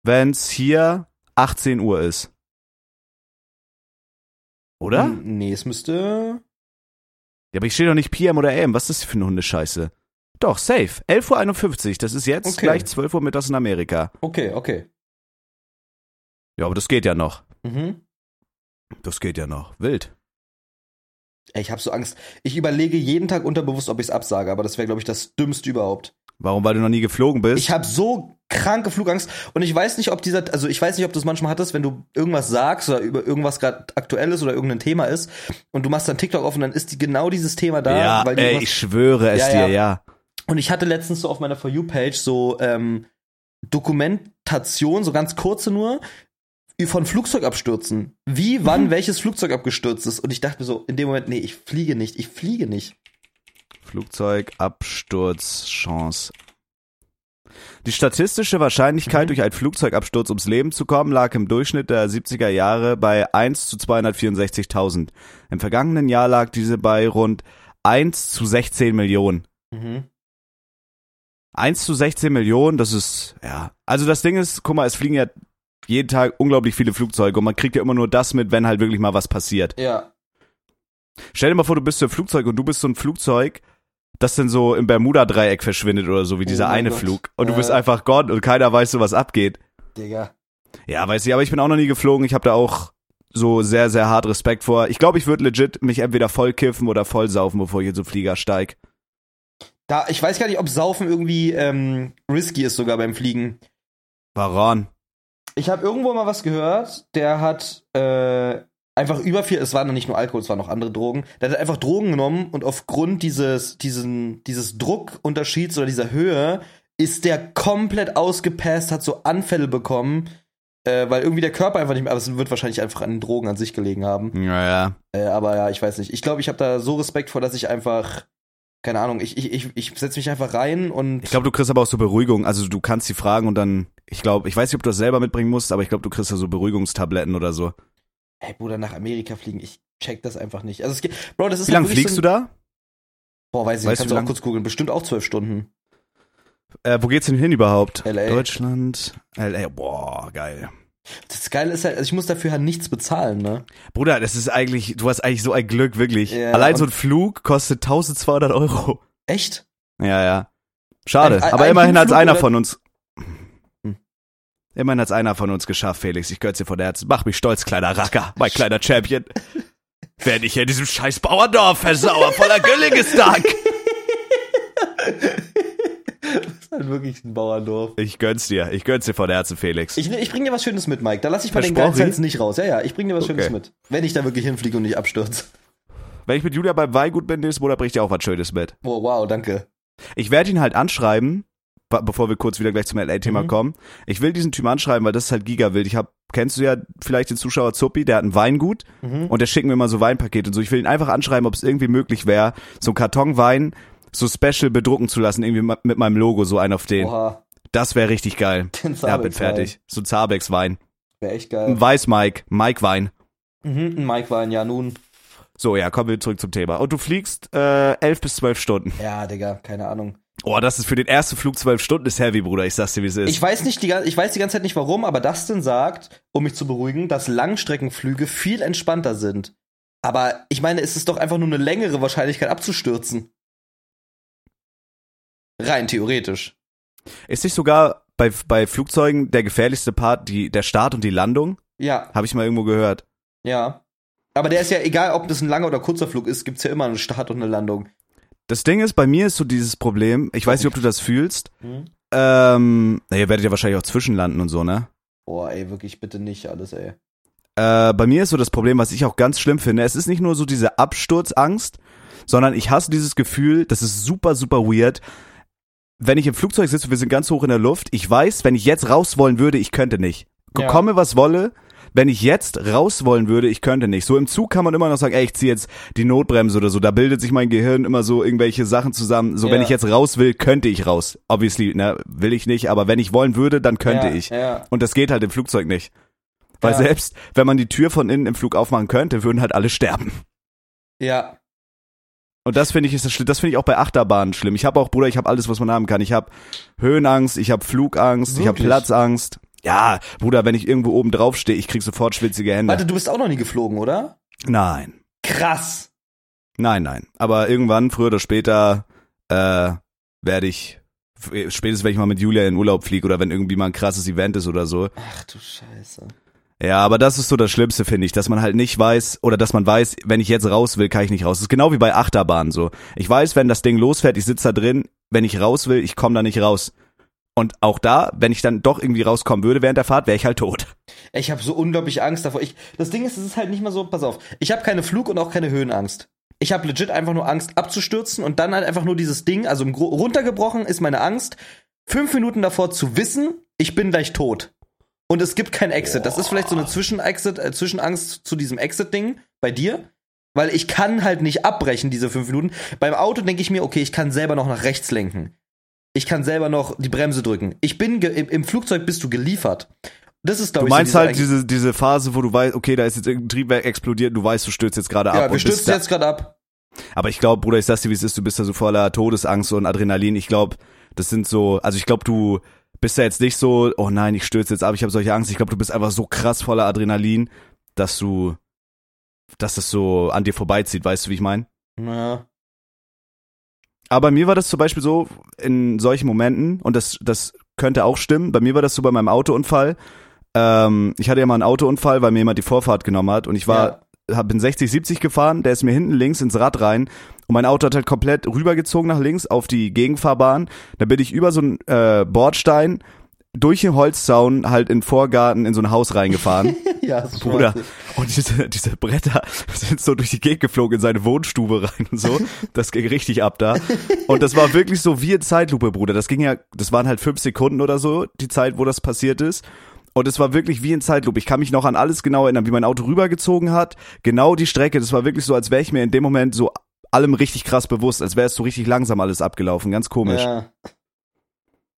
[SPEAKER 1] wenn es hier 18 Uhr ist. Oder?
[SPEAKER 2] Hm, Nee, es müsste.
[SPEAKER 1] Ja, aber ich stehe doch nicht PM oder AM. Was ist das für eine Hundescheiße? Doch, safe. 11.51 Uhr. Das ist jetzt
[SPEAKER 2] Okay.
[SPEAKER 1] gleich 12 Uhr mittags in Amerika.
[SPEAKER 2] Okay, okay.
[SPEAKER 1] Ja, aber das geht ja noch.
[SPEAKER 2] Mhm.
[SPEAKER 1] Das geht ja noch. Wild.
[SPEAKER 2] Ey, ich habe so Angst. Ich überlege jeden Tag unterbewusst, ob ich es absage, aber das wäre, glaube ich, das Dümmste überhaupt.
[SPEAKER 1] Warum? Weil du noch nie geflogen bist?
[SPEAKER 2] Ich habe so kranke Flugangst und ich weiß nicht, ob dieser, also ich weiß nicht, ob du es manchmal hattest, wenn du irgendwas sagst oder über irgendwas gerade aktuell ist oder irgendein Thema ist und du machst dann TikTok auf und dann ist die, genau dieses Thema da,
[SPEAKER 1] ja,
[SPEAKER 2] weil du
[SPEAKER 1] ey,
[SPEAKER 2] was-
[SPEAKER 1] ich schwöre es
[SPEAKER 2] Ja, ja.
[SPEAKER 1] dir, ja.
[SPEAKER 2] Und ich hatte letztens so auf meiner For You-Page so ähm, Dokumentation, so ganz kurze nur, von Flugzeugabstürzen. Wie, wann, welches Flugzeug abgestürzt ist. Und ich dachte mir so, in dem Moment, nee, ich fliege nicht, ich fliege nicht.
[SPEAKER 1] Flugzeugabsturzchance. Die statistische Wahrscheinlichkeit, durch einen Flugzeugabsturz ums Leben zu kommen, lag im Durchschnitt der 70er Jahre bei 1 zu 264.000. Im vergangenen Jahr lag diese bei rund 1 zu 16 Millionen. 1 zu 16 Millionen, das ist, ja. Also das Ding ist, guck mal, es fliegen ja jeden Tag unglaublich viele Flugzeuge und man kriegt ja immer nur das mit, wenn halt wirklich mal was passiert.
[SPEAKER 2] Ja.
[SPEAKER 1] Stell dir mal vor, du bist so ein Flugzeug und du bist so ein Flugzeug, das dann so im Bermuda-Dreieck verschwindet oder so, wie dieser
[SPEAKER 2] Oh mein
[SPEAKER 1] eine
[SPEAKER 2] Gott.
[SPEAKER 1] Flug. Und du bist
[SPEAKER 2] Äh.
[SPEAKER 1] einfach Gott und keiner weiß so, was abgeht.
[SPEAKER 2] Digga.
[SPEAKER 1] Ja, weiß ich, aber ich bin auch noch nie geflogen. Ich habe da auch so sehr, sehr hart Respekt vor. Ich glaube, ich würde legit mich entweder voll kiffen oder voll saufen, bevor ich in so einen Flieger steig.
[SPEAKER 2] Da, ich weiß gar nicht, ob Saufen irgendwie ähm, risky ist sogar beim Fliegen.
[SPEAKER 1] Waran.
[SPEAKER 2] Ich habe irgendwo mal was gehört, der hat äh, einfach über viel, es waren noch nicht nur Alkohol, es waren noch andere Drogen, der hat einfach Drogen genommen und aufgrund dieses, diesen, dieses Druckunterschieds oder dieser Höhe ist der komplett ausgepasst, hat so Anfälle bekommen, äh, weil irgendwie der Körper einfach nicht mehr, aber es wird wahrscheinlich einfach an den Drogen an sich gelegen haben.
[SPEAKER 1] Ja, ja.
[SPEAKER 2] Äh, aber ja, ich weiß nicht. Ich glaube, ich habe da so Respekt vor, dass ich einfach, keine Ahnung, ich, ich, ich, ich setze mich einfach rein und
[SPEAKER 1] Ich glaube, du kriegst aber auch so Beruhigung. Also du kannst die fragen und dann, ich glaube, ich weiß nicht, ob du das selber mitbringen musst, aber ich glaube, du kriegst da so Beruhigungstabletten oder so.
[SPEAKER 2] Ey, Bruder, nach Amerika fliegen, ich check das einfach nicht. Also es geht, Bro, das ist
[SPEAKER 1] Wie lange fliegst du da?
[SPEAKER 2] Boah, weiß ich
[SPEAKER 1] Weißt
[SPEAKER 2] nicht,
[SPEAKER 1] du,
[SPEAKER 2] kannst
[SPEAKER 1] wie
[SPEAKER 2] du auch
[SPEAKER 1] lang-
[SPEAKER 2] kurz googeln. Bestimmt auch zwölf Stunden.
[SPEAKER 1] Äh, wo geht's denn hin überhaupt?
[SPEAKER 2] LA.
[SPEAKER 1] Deutschland, LA. Boah, geil.
[SPEAKER 2] Das Geile ist halt, also ich muss dafür halt nichts bezahlen, ne?
[SPEAKER 1] Bruder, das ist eigentlich, du hast eigentlich so ein Glück, wirklich.
[SPEAKER 2] Ja,
[SPEAKER 1] Allein
[SPEAKER 2] und-
[SPEAKER 1] so ein Flug kostet 1200 Euro.
[SPEAKER 2] Echt?
[SPEAKER 1] Ja, ja. Schade,
[SPEAKER 2] Ein- ein-
[SPEAKER 1] aber
[SPEAKER 2] ein
[SPEAKER 1] immerhin hat's
[SPEAKER 2] Flug
[SPEAKER 1] einer
[SPEAKER 2] oder-
[SPEAKER 1] von uns.
[SPEAKER 2] Hm.
[SPEAKER 1] Immerhin hat's einer von uns geschafft, Felix. Ich gönn's dir von Herzen. Mach mich stolz, kleiner Racker, mein kleiner Champion. Werde ich hier in diesem scheiß Bauerndorf versauer, voller Güllingestag.
[SPEAKER 2] Das ist halt wirklich ein Bauerndorf.
[SPEAKER 1] Ich gönn's dir, ich gönn's dir von Herzen, Felix.
[SPEAKER 2] Ich, ne, ich bring dir was Schönes mit, Mike. Da lass ich mal den
[SPEAKER 1] Versprochen?
[SPEAKER 2] Geizhals nicht raus. Ja, ja, ich bring dir was Schönes
[SPEAKER 1] Okay.
[SPEAKER 2] mit. Wenn ich da wirklich hinfliege und nicht abstürze.
[SPEAKER 1] Wenn ich mit Julia beim Weingut bin nächsten Monat, bring ich dir auch was Schönes mit.
[SPEAKER 2] Wow, wow, danke.
[SPEAKER 1] Ich werde ihn halt anschreiben, wa- bevor wir kurz wieder gleich zum LA-Thema
[SPEAKER 2] Mhm.
[SPEAKER 1] kommen. Ich will diesen Typen anschreiben, weil das ist halt gigawild. Ich hab, kennst du ja vielleicht den Zuschauer Zuppi, der hat ein Weingut
[SPEAKER 2] Mhm.
[SPEAKER 1] und der schickt mir immer so Weinpakete und so. Ich will ihn einfach anschreiben, ob es irgendwie möglich wäre, so einen Karton Wein so special bedrucken zu lassen, irgendwie ma- mit meinem Logo so einen auf den.
[SPEAKER 2] Oha,
[SPEAKER 1] Das wäre richtig geil.
[SPEAKER 2] den
[SPEAKER 1] Ja, bin fertig. So ein Zabex Wein.
[SPEAKER 2] Wäre echt geil.
[SPEAKER 1] Ein Weiß Mike, Mike Wein.
[SPEAKER 2] Mhm, ein Mike Wein, ja nun.
[SPEAKER 1] So, ja, kommen wir zurück zum Thema. Und du fliegst äh, elf bis zwölf Stunden.
[SPEAKER 2] Ja, Digga, keine Ahnung.
[SPEAKER 1] Oh, das ist für den ersten Flug zwölf Stunden ist heavy, Bruder. Ich sag's dir, wie es ist.
[SPEAKER 2] Ich weiß nicht, die, gan- ich weiß die ganze Zeit nicht warum, aber Dustin sagt, um mich zu beruhigen, dass Langstreckenflüge viel entspannter sind. Aber ich meine, es ist doch einfach nur eine längere Wahrscheinlichkeit abzustürzen. Rein theoretisch.
[SPEAKER 1] Ist nicht sogar bei, bei Flugzeugen der gefährlichste Part die, der Start und die Landung?
[SPEAKER 2] Ja,
[SPEAKER 1] Habe ich mal irgendwo gehört.
[SPEAKER 2] ja. Aber der ist ja egal, ob das ein langer oder kurzer Flug ist, gibt's ja immer einen Start und eine Landung.
[SPEAKER 1] Das Ding ist, bei mir ist so dieses Problem, ich weiß nicht, ob du das fühlst.
[SPEAKER 2] Hm?
[SPEAKER 1] Ähm, na, ihr werdet ja wahrscheinlich auch zwischenlanden und so, ne?
[SPEAKER 2] Boah, ey, wirklich bitte nicht alles, ey.
[SPEAKER 1] Äh, bei mir ist so das Problem, was ich auch ganz schlimm finde. Es ist nicht nur so diese Absturzangst, sondern ich hasse dieses Gefühl, das ist super, super weird. Wenn ich im Flugzeug sitze, wir sind ganz hoch in der Luft, ich weiß, wenn ich jetzt raus wollen würde, ich könnte nicht.
[SPEAKER 2] Ja.
[SPEAKER 1] Komme, was wolle, wenn ich jetzt raus wollen würde, ich könnte nicht. So im Zug kann man immer noch sagen, ey, ich ziehe jetzt die Notbremse oder so. Da bildet sich mein Gehirn immer so irgendwelche Sachen zusammen. So, wenn
[SPEAKER 2] Ja.
[SPEAKER 1] ich jetzt raus will, könnte ich raus. Obviously, ne, will ich nicht, aber wenn ich wollen würde, dann könnte
[SPEAKER 2] ja,
[SPEAKER 1] ich.
[SPEAKER 2] Ja.
[SPEAKER 1] Und das geht halt im Flugzeug nicht. Weil
[SPEAKER 2] Ja.
[SPEAKER 1] selbst wenn man die Tür von innen im Flug aufmachen könnte, würden halt alle sterben.
[SPEAKER 2] ja.
[SPEAKER 1] Und das finde ich ist das schlimm. Das finde ich auch bei Achterbahnen schlimm. Ich habe auch, Bruder, ich habe alles, was man haben kann. Ich habe Höhenangst, ich habe Flugangst, ich habe
[SPEAKER 2] Wirklich?
[SPEAKER 1] Platzangst. Ja, Bruder, wenn ich irgendwo oben drauf stehe, ich krieg sofort schwitzige Hände.
[SPEAKER 2] Warte, du bist auch noch nie geflogen, oder?
[SPEAKER 1] Nein,
[SPEAKER 2] Krass.
[SPEAKER 1] nein, nein. Aber irgendwann, früher oder später, äh, werde ich f- spätestens wenn ich mal mit Julia in Urlaub fliege oder wenn irgendwie mal ein krasses Event ist oder so,
[SPEAKER 2] Ach du Scheiße.
[SPEAKER 1] Ja, aber das ist so das Schlimmste, finde ich, dass man halt nicht weiß oder dass man weiß, wenn ich jetzt raus will, kann ich nicht raus. Das ist genau wie bei Achterbahnen so. Ich weiß, wenn das Ding losfährt, ich sitze da drin, wenn ich raus will, ich komme da nicht raus. Und auch da, wenn ich dann doch irgendwie rauskommen würde während der Fahrt, wäre ich halt tot.
[SPEAKER 2] Ich habe so unglaublich Angst davor. Ich, das Ding ist, es ist halt nicht mal so, pass auf, ich habe keine Flug- und auch keine Höhenangst. Ich habe legit einfach nur Angst abzustürzen und dann halt einfach nur dieses Ding, also im Gro- runtergebrochen ist meine Angst, fünf Minuten davor zu wissen, ich bin gleich tot. Und es gibt kein Exit. Das ist vielleicht so eine Zwischenexit, äh, Zwischenangst zu diesem Exit-Ding bei dir. Weil ich kann halt nicht abbrechen, diese fünf Minuten. Beim Auto denke ich mir, okay, ich kann selber noch nach rechts lenken. Ich kann selber noch die Bremse drücken. Ich bin ge- im, im Flugzeug bist du geliefert. Das ist,
[SPEAKER 1] Du
[SPEAKER 2] glaube ich, so
[SPEAKER 1] meinst
[SPEAKER 2] diese
[SPEAKER 1] halt
[SPEAKER 2] Angst.
[SPEAKER 1] diese, diese Phase, wo du weißt, okay, da ist jetzt irgendein Triebwerk explodiert, du weißt, du stürzt jetzt gerade ab.
[SPEAKER 2] Ja, wir
[SPEAKER 1] und bist
[SPEAKER 2] stürzen
[SPEAKER 1] da,
[SPEAKER 2] jetzt gerade ab.
[SPEAKER 1] Aber ich glaube, Bruder, ich sag's dir, wie es ist, du bist da so voller Todesangst und Adrenalin. Ich glaube, das sind so, also ich glaube, du bist da jetzt nicht so, oh nein, ich stürze jetzt ab, ich habe solche Angst. Ich glaube, du bist einfach so krass voller Adrenalin, dass du, dass das so an dir vorbeizieht, weißt du, wie ich meine?
[SPEAKER 2] Ja.
[SPEAKER 1] Aber bei mir war das zum Beispiel so, in solchen Momenten, und das, das könnte auch stimmen, bei mir war das so bei meinem Autounfall. Ähm, ich hatte ja mal einen Autounfall, weil mir jemand die Vorfahrt genommen hat und ich war hab, bin 60, 70 gefahren, der ist mir hinten links ins Rad rein und mein Auto hat halt komplett rübergezogen nach links auf die Gegenfahrbahn. Da bin ich über so einen äh, Bordstein durch den Holzzaun halt in den Vorgarten in so ein Haus reingefahren.
[SPEAKER 2] Ja, das ist
[SPEAKER 1] Bruder.
[SPEAKER 2] schmerzlich.
[SPEAKER 1] Und diese, diese Bretter sind so durch die Gegend geflogen in seine Wohnstube rein und so. Das ging richtig ab da. Und das war wirklich so wie in Zeitlupe, Bruder. Das ging ja, das waren halt fünf Sekunden oder so, die Zeit, wo das passiert ist. Und es war wirklich wie in Zeitlupe. Ich kann mich noch an alles genau erinnern, wie mein Auto rübergezogen hat. Genau die Strecke. Das war wirklich so, als wäre ich mir in dem Moment so allem richtig krass bewusst, als wäre es so richtig langsam alles abgelaufen. Ganz komisch. Ja.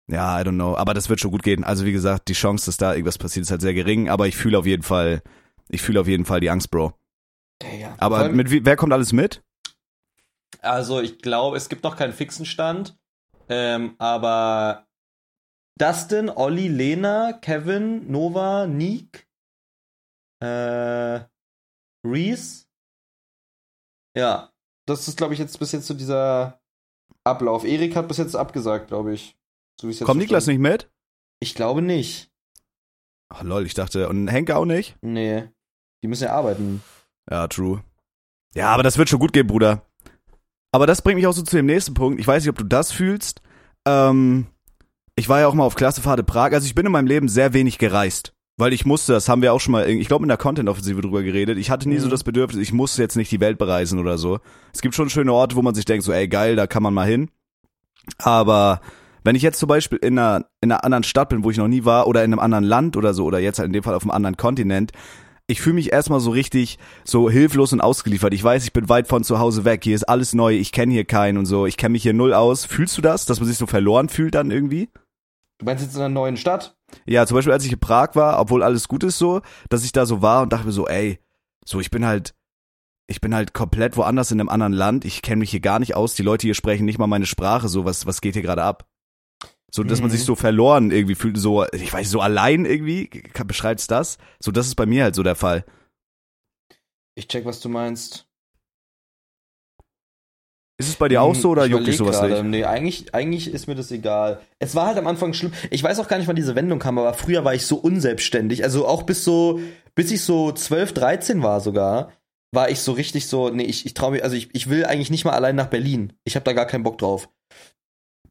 [SPEAKER 2] Ja.
[SPEAKER 1] I don't know. Aber das wird schon gut gehen. Also wie gesagt, die Chance, dass da irgendwas passiert, ist halt sehr gering. Aber ich fühle auf jeden Fall, ich fühle auf jeden Fall die Angst, Bro.
[SPEAKER 2] Ja. Vor
[SPEAKER 1] Aber
[SPEAKER 2] allem-
[SPEAKER 1] mit, wie- wer kommt alles mit?
[SPEAKER 2] Also ich glaube, es gibt noch keinen fixen Stand. Ähm, aber Dustin, Olli, Lena, Kevin, Nova, Nick, äh, Reese. Ja, das ist, glaube ich, jetzt bis jetzt so dieser Ablauf. Erik hat bis jetzt abgesagt, glaube ich. So wie es jetzt
[SPEAKER 1] Kommt Niklas
[SPEAKER 2] verstanden-
[SPEAKER 1] nicht mit?
[SPEAKER 2] Ich glaube nicht.
[SPEAKER 1] Ach lol, ich dachte, und Henke auch nicht?
[SPEAKER 2] Nee. Die müssen ja arbeiten.
[SPEAKER 1] Ja, true. Ja, aber das wird schon gut gehen, Bruder. Aber das bringt mich auch so zu dem nächsten Punkt. Ich weiß nicht, ob du das fühlst. Ähm, ich war ja auch mal auf Klassefahrt in Prag. Also ich bin in meinem Leben sehr wenig gereist. Weil ich musste, das haben wir auch schon mal, ich glaube, in der Content-Offensive drüber geredet. Ich hatte nie so
[SPEAKER 2] Mhm.
[SPEAKER 1] das Bedürfnis, ich muss jetzt nicht die Welt bereisen oder so. Es gibt schon schöne Orte, wo man sich denkt, so, ey, geil, da kann man mal hin. Aber wenn ich jetzt zum Beispiel in einer, in einer anderen Stadt bin, wo ich noch nie war, oder in einem anderen Land oder so, oder jetzt halt in dem Fall auf einem anderen Kontinent, ich fühle mich erstmal so richtig so hilflos und ausgeliefert. Ich weiß, ich bin weit von zu Hause weg, hier ist alles neu, ich kenne hier keinen und so, ich kenne mich hier null aus. Fühlst du das, dass man sich so verloren fühlt dann irgendwie?
[SPEAKER 2] Du meinst jetzt in einer neuen Stadt?
[SPEAKER 1] Ja, zum Beispiel, als ich in Prag war, obwohl alles gut ist so, dass ich da so war und dachte mir so, ey, so ich bin halt, ich bin halt komplett woanders in einem anderen Land, ich kenne mich hier gar nicht aus, die Leute hier sprechen nicht mal meine Sprache, so was, was geht hier gerade ab? So, dass man
[SPEAKER 2] Mhm.
[SPEAKER 1] sich so verloren irgendwie fühlt, so, ich weiß, so allein irgendwie, Ka- beschreibt's das? So, das ist bei mir halt so der Fall.
[SPEAKER 2] Ich check, was du meinst.
[SPEAKER 1] Ist es bei dir auch so oder
[SPEAKER 2] Ich
[SPEAKER 1] juckt dich
[SPEAKER 2] überleg
[SPEAKER 1] sowas
[SPEAKER 2] gerade.
[SPEAKER 1] nicht?
[SPEAKER 2] Nee, eigentlich, eigentlich ist mir das egal. Es war halt am Anfang schlimm. Ich weiß auch gar nicht, wann diese Wendung kam, aber früher war ich so unselbstständig. Also auch bis so, bis ich so 12, 13 war sogar, war ich so richtig so, nee, ich, ich traue mich, also ich, ich will eigentlich nicht mal allein nach Berlin. Ich habe da gar keinen Bock drauf.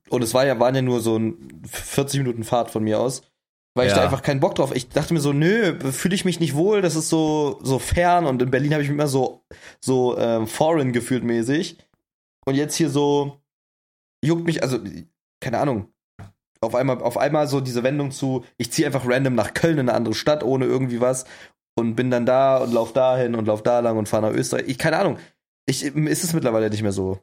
[SPEAKER 2] Und es war ja, waren ja nur so ein 40 Minuten Fahrt von mir aus. Weil ich
[SPEAKER 1] Ja.
[SPEAKER 2] da einfach keinen Bock drauf. Ich dachte mir so, nö, fühle ich mich nicht wohl, das ist so, so fern. Und in Berlin habe ich mich immer so, so ähm, foreign gefühlt mäßig. Und jetzt hier so, juckt mich, also, keine Ahnung. Auf einmal, auf einmal so diese Wendung zu, ich ziehe einfach random nach Köln in eine andere Stadt ohne irgendwie was und bin dann da und lauf da hin und lauf da lang und fahre nach Österreich. Ich, keine Ahnung. Ich, ist es mittlerweile nicht mehr so.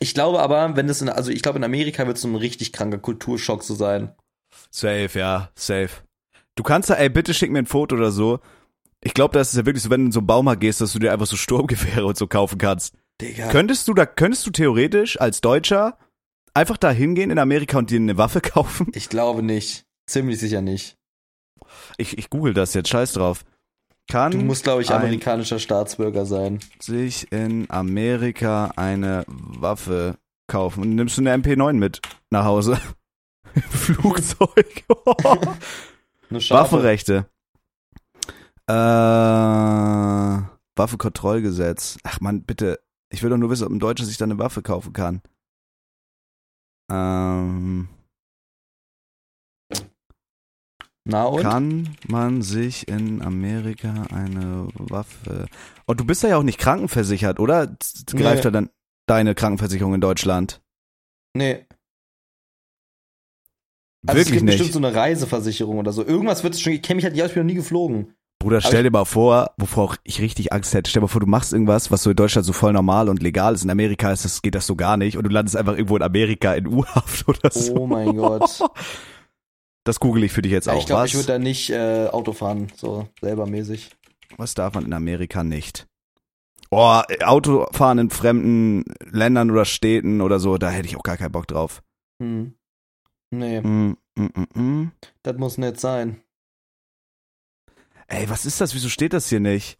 [SPEAKER 2] Ich glaube aber, wenn das in, also ich glaube, in Amerika wird es so ein richtig kranker Kulturschock so sein.
[SPEAKER 1] Safe, ja, safe. Du kannst da, ey, bitte schick mir ein Foto oder so. Ich glaube, das ist ja wirklich so, wenn du in so einen Baumarkt gehst, dass du dir einfach so Sturmgewehre und so kaufen kannst.
[SPEAKER 2] Digga.
[SPEAKER 1] Könntest du da, könntest du theoretisch als Deutscher einfach da hingehen in Amerika und dir eine Waffe kaufen?
[SPEAKER 2] ich glaube nicht. Ziemlich sicher nicht.
[SPEAKER 1] Ich, ich google das jetzt, scheiß drauf. Kann
[SPEAKER 2] Du musst, glaube ich,
[SPEAKER 1] ein-
[SPEAKER 2] amerikanischer Staatsbürger sein.
[SPEAKER 1] sich in Amerika eine Waffe kaufen? Und nimmst du eine MP9 mit nach Hause? Im Flugzeug.
[SPEAKER 2] Eine scharfe-
[SPEAKER 1] Waffenrechte. Äh, Waffenkontrollgesetz. Ach man, bitte. Ich will doch nur wissen, ob ein Deutscher sich da eine Waffe kaufen kann. Ähm,
[SPEAKER 2] Na und?
[SPEAKER 1] kann man sich in Amerika eine Waffe. Und du bist ja auch nicht krankenversichert, oder? Z-
[SPEAKER 2] Nee.
[SPEAKER 1] Greift da dann deine Krankenversicherung in Deutschland?
[SPEAKER 2] Nee. Also es
[SPEAKER 1] Wirklich
[SPEAKER 2] gibt
[SPEAKER 1] nicht.
[SPEAKER 2] bestimmt so eine Reiseversicherung oder so. Irgendwas wird es schon. Ich kenne mich halt nicht aus, ich bin noch nie geflogen.
[SPEAKER 1] Bruder,
[SPEAKER 2] Aber
[SPEAKER 1] stell dir mal vor, wovor auch ich richtig Angst hätte. Stell dir mal vor, du machst irgendwas, was so in Deutschland so voll normal und legal ist. In Amerika ist das, geht das so gar nicht. Und du landest einfach irgendwo in Amerika in U-Haft oder so.
[SPEAKER 2] Oh mein Gott.
[SPEAKER 1] Das google ich für dich jetzt auch.
[SPEAKER 2] ich glaube,
[SPEAKER 1] was,
[SPEAKER 2] ich würde da nicht äh, Auto fahren, so selber mäßig.
[SPEAKER 1] was darf man in Amerika nicht? Oh, Autofahren in fremden Ländern oder Städten oder so, da hätte ich auch gar keinen Bock drauf.
[SPEAKER 2] Hm. Nee,
[SPEAKER 1] Mm, mm, mm, mm.
[SPEAKER 2] das muss nicht sein.
[SPEAKER 1] Ey, was ist das? Wieso steht das hier nicht?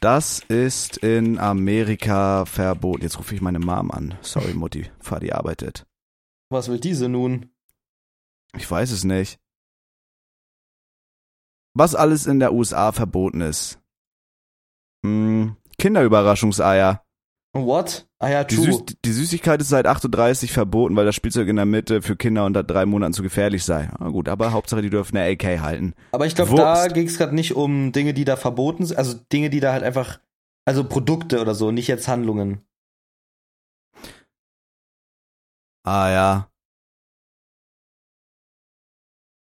[SPEAKER 1] Das ist in Amerika verboten. Jetzt rufe ich meine Mom an. Sorry, Mutti, Fadi arbeitet.
[SPEAKER 2] Was will diese nun?
[SPEAKER 1] Ich weiß es nicht. Was alles in der USA verboten ist. mh, Kinderüberraschungseier.
[SPEAKER 2] What? Ah ja,
[SPEAKER 1] Die,
[SPEAKER 2] true.
[SPEAKER 1] Süß die Süßigkeit ist seit 38 verboten, weil das Spielzeug in der Mitte für Kinder unter drei Monaten zu gefährlich sei. Ah, gut, aber Hauptsache, die dürfen eine AK halten.
[SPEAKER 2] Aber ich glaube, da
[SPEAKER 1] Wurst.
[SPEAKER 2] ging es gerade nicht um Dinge, die da verboten sind, also Dinge, die da halt einfach, also Produkte oder so, nicht jetzt Handlungen.
[SPEAKER 1] Ah ja.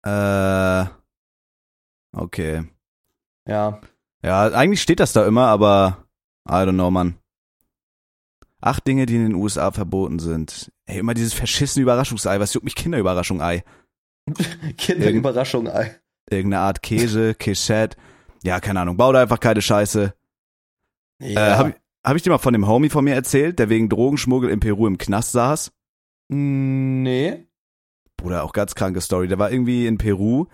[SPEAKER 1] Äh. Okay.
[SPEAKER 2] Ja.
[SPEAKER 1] Ja, eigentlich steht das da immer, aber I don't know, Mann. Acht Dinge, die in den USA verboten sind. Ey, immer dieses verschissene Überraschungsei. Was juckt mich Kinderüberraschung-Ei?
[SPEAKER 2] Kinderüberraschung, ey.
[SPEAKER 1] Irgendeine Art Käse, Quichette. Ja, keine Ahnung. Bau da einfach keine Scheiße. Äh,
[SPEAKER 2] Ja.
[SPEAKER 1] hab, ich- hab ich dir mal von dem Homie von mir erzählt, der wegen Drogenschmuggel in Peru im Knast saß?
[SPEAKER 2] nee.
[SPEAKER 1] Bruder, auch ganz kranke Story. Der war irgendwie in Peru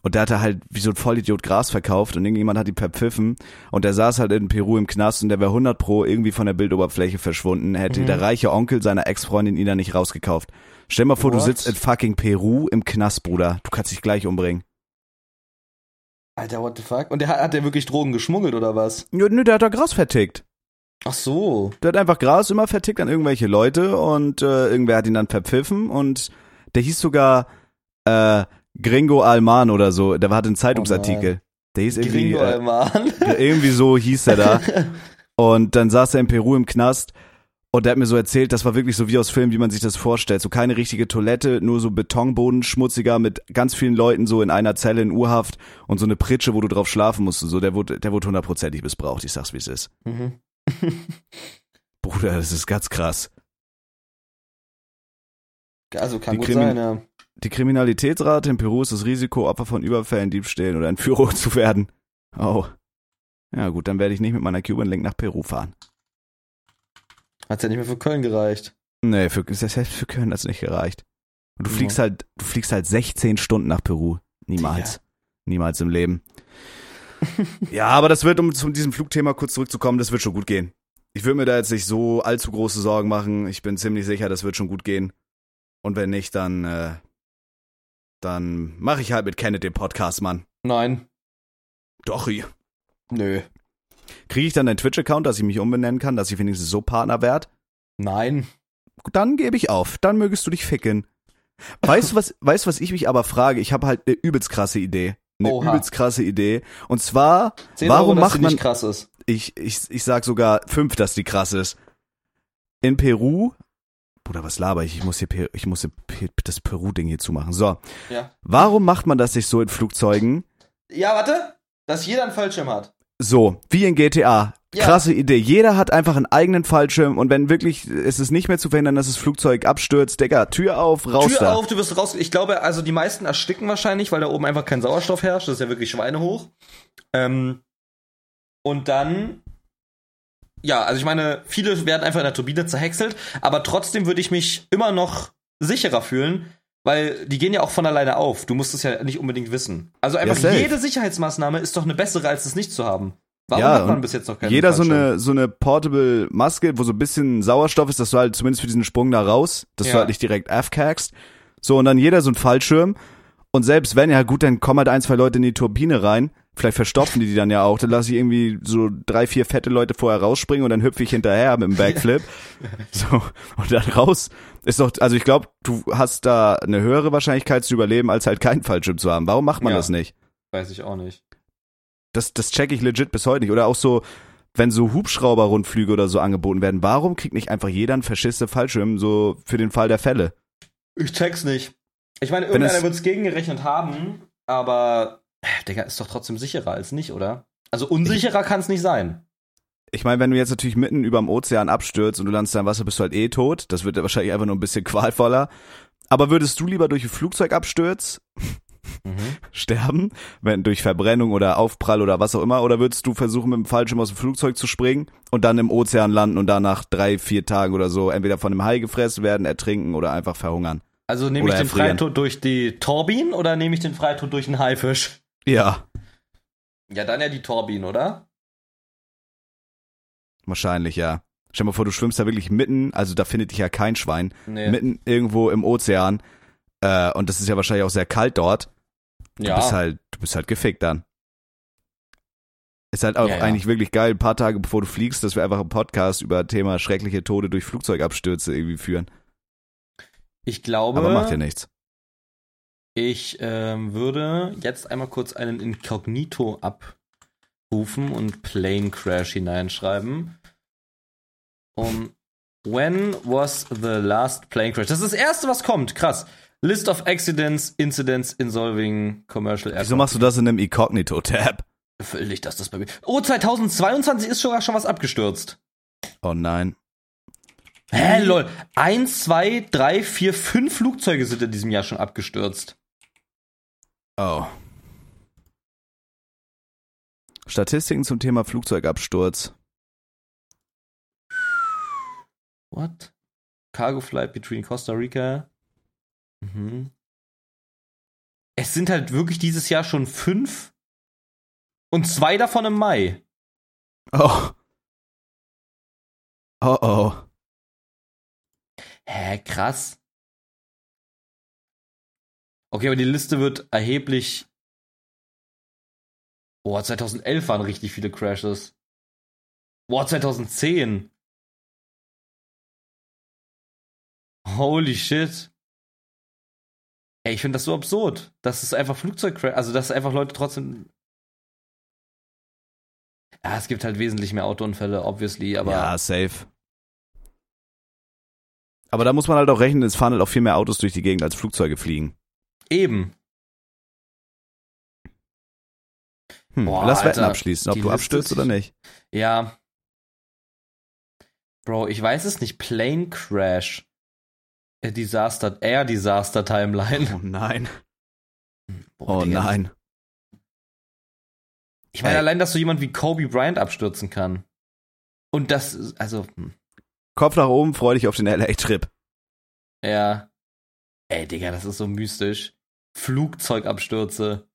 [SPEAKER 1] und der hatte halt wie so ein Vollidiot Gras verkauft und irgendjemand hat ihn verpfiffen und der saß halt in Peru im Knast und der wäre 100 pro irgendwie von der Bildoberfläche verschwunden, hätte
[SPEAKER 2] Mhm.
[SPEAKER 1] der reiche Onkel seiner Ex-Freundin ihn da nicht rausgekauft. Stell mal vor, du
[SPEAKER 2] What?
[SPEAKER 1] sitzt in fucking Peru im Knast, Bruder. Du kannst dich gleich umbringen.
[SPEAKER 2] Alter, what the fuck? Und der hat, hat der wirklich Drogen geschmuggelt oder was?
[SPEAKER 1] Nö, nö, der hat da Gras vertickt.
[SPEAKER 2] Ach so.
[SPEAKER 1] Der hat einfach Gras immer vertickt an irgendwelche Leute und äh, irgendwer hat ihn dann verpfiffen und der hieß sogar äh, Gringo Alman oder so. Der war halt ein Zeitungsartikel. der hieß irgendwie,
[SPEAKER 2] Gringo,
[SPEAKER 1] äh,
[SPEAKER 2] äh, Mann.
[SPEAKER 1] irgendwie so hieß er da. Und dann saß er in Peru im Knast und der hat mir so erzählt, das war wirklich so wie aus Filmen, wie man sich das vorstellt. So keine richtige Toilette, nur so Betonboden, schmutziger mit ganz vielen Leuten so in einer Zelle in Urhaft und so eine Pritsche, wo du drauf schlafen musst. und So, der wurde, der wurde hundertprozentig missbraucht. Ich sag's, wie es ist.
[SPEAKER 2] Mhm.
[SPEAKER 1] Bruder, das ist ganz krass.
[SPEAKER 2] Also kann
[SPEAKER 1] Die
[SPEAKER 2] gut
[SPEAKER 1] Krimi-
[SPEAKER 2] sein, ja.
[SPEAKER 1] Die Kriminalitätsrate in Peru ist das Risiko, Opfer von Überfällen, Diebstählen oder Entführung zu werden. Oh. Ja gut, dann werde ich nicht mit meiner Cuban Link nach Peru fahren.
[SPEAKER 2] Hat's ja nicht mehr für Köln gereicht.
[SPEAKER 1] Nee, für, selbst für Köln hat's nicht gereicht. Und du
[SPEAKER 2] Ja.
[SPEAKER 1] fliegst halt, du fliegst halt 16 Stunden nach Peru. Niemals. Niemals im Leben. ja, aber das wird, um zu diesem Flugthema kurz zurückzukommen, das wird schon gut gehen. Ich würde mir da jetzt nicht so allzu große Sorgen machen. Ich bin ziemlich sicher, das wird schon gut gehen. Und wenn nicht, dann, äh, dann mache ich halt mit Kenneth den Podcast, Mann.
[SPEAKER 2] Nein.
[SPEAKER 1] Doch, kriege
[SPEAKER 2] Nö.
[SPEAKER 1] ich dann deinen Twitch-Account, dass ich mich umbenennen kann, dass ich wenigstens so Partner werd?
[SPEAKER 2] Nein.
[SPEAKER 1] Dann gebe ich auf. Dann mögest du dich ficken. Weißt du, was, weißt, du, was ich mich aber frage? Ich habe halt eine übelst krasse Idee. Eine
[SPEAKER 2] Oha.
[SPEAKER 1] übelst krasse Idee. Und zwar,
[SPEAKER 2] 10
[SPEAKER 1] Warum
[SPEAKER 2] Euro, dass
[SPEAKER 1] macht
[SPEAKER 2] die
[SPEAKER 1] man-
[SPEAKER 2] nicht krass ist.
[SPEAKER 1] ich, ich, ich sag sogar fünf, dass die krass ist. In Peru. Bruder, was laber ich? Ich muss hier, Pe- ich muss hier Pe- das Peru-Ding hier zumachen. So.
[SPEAKER 2] Ja.
[SPEAKER 1] Warum macht man das nicht so in Flugzeugen?
[SPEAKER 2] Ja, warte. Dass jeder einen Fallschirm hat.
[SPEAKER 1] So, wie in GTA.
[SPEAKER 2] Ja.
[SPEAKER 1] Krasse Idee. Jeder hat einfach einen eigenen Fallschirm und wenn wirklich, ist es nicht mehr zu verhindern, dass das Flugzeug abstürzt. Digga, Tür auf, raus
[SPEAKER 2] Tür
[SPEAKER 1] da.
[SPEAKER 2] auf, du wirst raus. Ich glaube, also die meisten ersticken wahrscheinlich, weil da oben einfach kein Sauerstoff herrscht. Das ist ja wirklich schweinehoch. Ähm, und dann. Ja, also ich meine, viele werden einfach in der Turbine zerhäckselt, aber trotzdem würde ich mich immer noch sicherer fühlen, weil die gehen ja auch von alleine auf. Du musst es ja nicht unbedingt wissen. Also einfach
[SPEAKER 1] safe.
[SPEAKER 2] jede Sicherheitsmaßnahme ist doch eine bessere, als es nicht zu haben. Warum
[SPEAKER 1] Ja,
[SPEAKER 2] hat man
[SPEAKER 1] und
[SPEAKER 2] bis jetzt noch keine
[SPEAKER 1] Jeder so eine, so eine portable Maske, wo so ein bisschen Sauerstoff ist, dass du halt zumindest für diesen Sprung da raus, dass
[SPEAKER 2] Ja.
[SPEAKER 1] du halt nicht direkt afkackst. So, und dann jeder so ein Fallschirm. Und selbst wenn, ja gut, dann kommen halt ein, zwei Leute in die Turbine rein. Vielleicht verstopfen die die dann ja auch. Dann lasse ich irgendwie so drei, vier fette Leute vorher rausspringen und dann hüpfe ich hinterher mit dem Backflip. So, und dann raus. Ist doch, also ich glaube, du hast da eine höhere Wahrscheinlichkeit zu überleben, als halt keinen Fallschirm zu haben. Warum macht man
[SPEAKER 2] Ja.
[SPEAKER 1] das nicht?
[SPEAKER 2] Weiß ich auch nicht.
[SPEAKER 1] Das, das check ich legit bis heute nicht. Oder auch so, wenn so Hubschrauber-Rundflüge oder so angeboten werden, warum kriegt nicht einfach jeder einen verschissene Fallschirm, so für den Fall der Fälle?
[SPEAKER 2] Ich check's nicht. Ich meine,
[SPEAKER 1] Wenn es-
[SPEAKER 2] irgendeiner wird's gegengerechnet haben, aber äh, Digga, ist doch trotzdem sicherer als nicht, oder? Also unsicherer kann's nicht sein.
[SPEAKER 1] Ich meine, wenn du jetzt natürlich mitten überm Ozean abstürzt und du landest da im Wasser, bist du halt eh tot. Das wird ja wahrscheinlich einfach nur ein bisschen qualvoller. Aber würdest du lieber durch einen Flugzeugabsturz Mhm. sterben, wenn durch Verbrennung oder Aufprall oder was auch immer, oder würdest du versuchen, mit dem Fallschirm aus dem Flugzeug zu springen und dann im Ozean landen und danach drei, vier Tagen oder so entweder von einem Hai gefressen werden, ertrinken oder einfach verhungern?
[SPEAKER 2] Also nehme
[SPEAKER 1] Oder
[SPEAKER 2] ich den
[SPEAKER 1] erfrieren.
[SPEAKER 2] Freitod durch die Torbin oder nehme ich den Freitod durch einen Haifisch?
[SPEAKER 1] Ja,
[SPEAKER 2] Ja, dann ja die Torbin, oder?
[SPEAKER 1] Wahrscheinlich, ja. Stell dir mal vor, du schwimmst da wirklich mitten, also da findet dich ja kein Schwein,
[SPEAKER 2] Nee.
[SPEAKER 1] mitten irgendwo im Ozean. Äh, und das ist ja wahrscheinlich auch sehr kalt dort. Du
[SPEAKER 2] ja.
[SPEAKER 1] bist halt, du bist halt gefickt dann. Ist halt auch
[SPEAKER 2] Ja, ja.
[SPEAKER 1] eigentlich wirklich geil, ein paar Tage bevor du fliegst, dass wir einfach einen Podcast über Thema schreckliche Tode durch Flugzeugabstürze irgendwie führen.
[SPEAKER 2] Ich glaube,
[SPEAKER 1] Aber macht ja nichts.
[SPEAKER 2] ich ähm, würde jetzt einmal kurz einen Inkognito abrufen und Plane Crash hineinschreiben. Um, when was the last plane crash? Das ist das erste, was kommt. Krass. List of accidents, incidents involving commercial aircraft.
[SPEAKER 1] Wieso machst du das in einem Incognito-Tab?
[SPEAKER 2] Völlig, dass das bei mir. Oh, 2022 ist sogar schon was abgestürzt.
[SPEAKER 1] Oh nein.
[SPEAKER 2] Hä, lol. Eins, zwei, drei, vier, fünf Flugzeuge sind in diesem Jahr schon abgestürzt.
[SPEAKER 1] Oh. Statistiken zum Thema Flugzeugabsturz.
[SPEAKER 2] What? Cargo flight between Costa Rica. Mhm. Es sind halt wirklich dieses Jahr schon fünf. Und zwei davon im Mai.
[SPEAKER 1] Oh. Oh oh.
[SPEAKER 2] Hä, krass. Okay, aber die Liste wird erheblich. Boah, 2011 waren richtig viele Crashes. Boah, 2010. Holy shit. Ey, ich finde das so absurd. Das ist einfach Flugzeugcrash. Also, dass einfach Leute trotzdem. Ja, es gibt halt wesentlich mehr Autounfälle, obviously, aber.
[SPEAKER 1] ja, safe. Aber da muss man halt auch rechnen, es fahren halt auch viel mehr Autos durch die Gegend, als Flugzeuge fliegen.
[SPEAKER 2] Eben.
[SPEAKER 1] Hm.
[SPEAKER 2] Boah,
[SPEAKER 1] Lass Wetten
[SPEAKER 2] Alter,
[SPEAKER 1] abschließen, ob
[SPEAKER 2] die
[SPEAKER 1] du
[SPEAKER 2] Liste
[SPEAKER 1] abstürzt
[SPEAKER 2] ist-
[SPEAKER 1] oder nicht.
[SPEAKER 2] Ja. Bro, ich weiß es nicht. Plane Crash. Äh, Disaster, Air Disaster Timeline.
[SPEAKER 1] nein.
[SPEAKER 2] Boah,
[SPEAKER 1] Oh
[SPEAKER 2] Oh, Digga.
[SPEAKER 1] nein.
[SPEAKER 2] Ich meine,
[SPEAKER 1] Ey.
[SPEAKER 2] allein, dass so jemand wie Kobe Bryant abstürzen kann. Und das, ist- also, hm,
[SPEAKER 1] Kopf nach oben, freu dich auf den LA-Trip.
[SPEAKER 2] ja. Ey, Digga, das ist so mystisch. Flugzeugabstürze.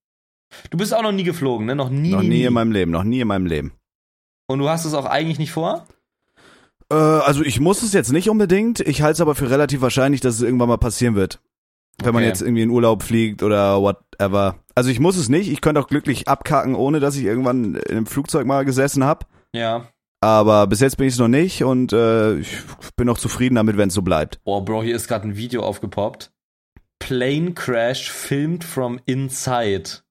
[SPEAKER 2] Du bist auch noch nie geflogen, ne? Noch nie.
[SPEAKER 1] Noch nie in meinem Leben, noch nie in meinem Leben.
[SPEAKER 2] Und du hast es auch eigentlich nicht vor?
[SPEAKER 1] Äh, also ich muss es jetzt nicht unbedingt. Ich halte es aber für relativ wahrscheinlich, dass es irgendwann mal passieren wird. Wenn man
[SPEAKER 2] Okay.
[SPEAKER 1] jetzt irgendwie in Urlaub fliegt oder whatever. Also ich muss es nicht. Ich könnte auch glücklich abkacken, ohne dass ich irgendwann in einem Flugzeug mal gesessen habe.
[SPEAKER 2] Ja.
[SPEAKER 1] Aber bis jetzt bin ich es noch nicht und äh, ich bin auch zufrieden damit, wenn es so bleibt.
[SPEAKER 2] Oh, Bro, hier ist gerade ein Video aufgepoppt. Plane Crash filmed from inside.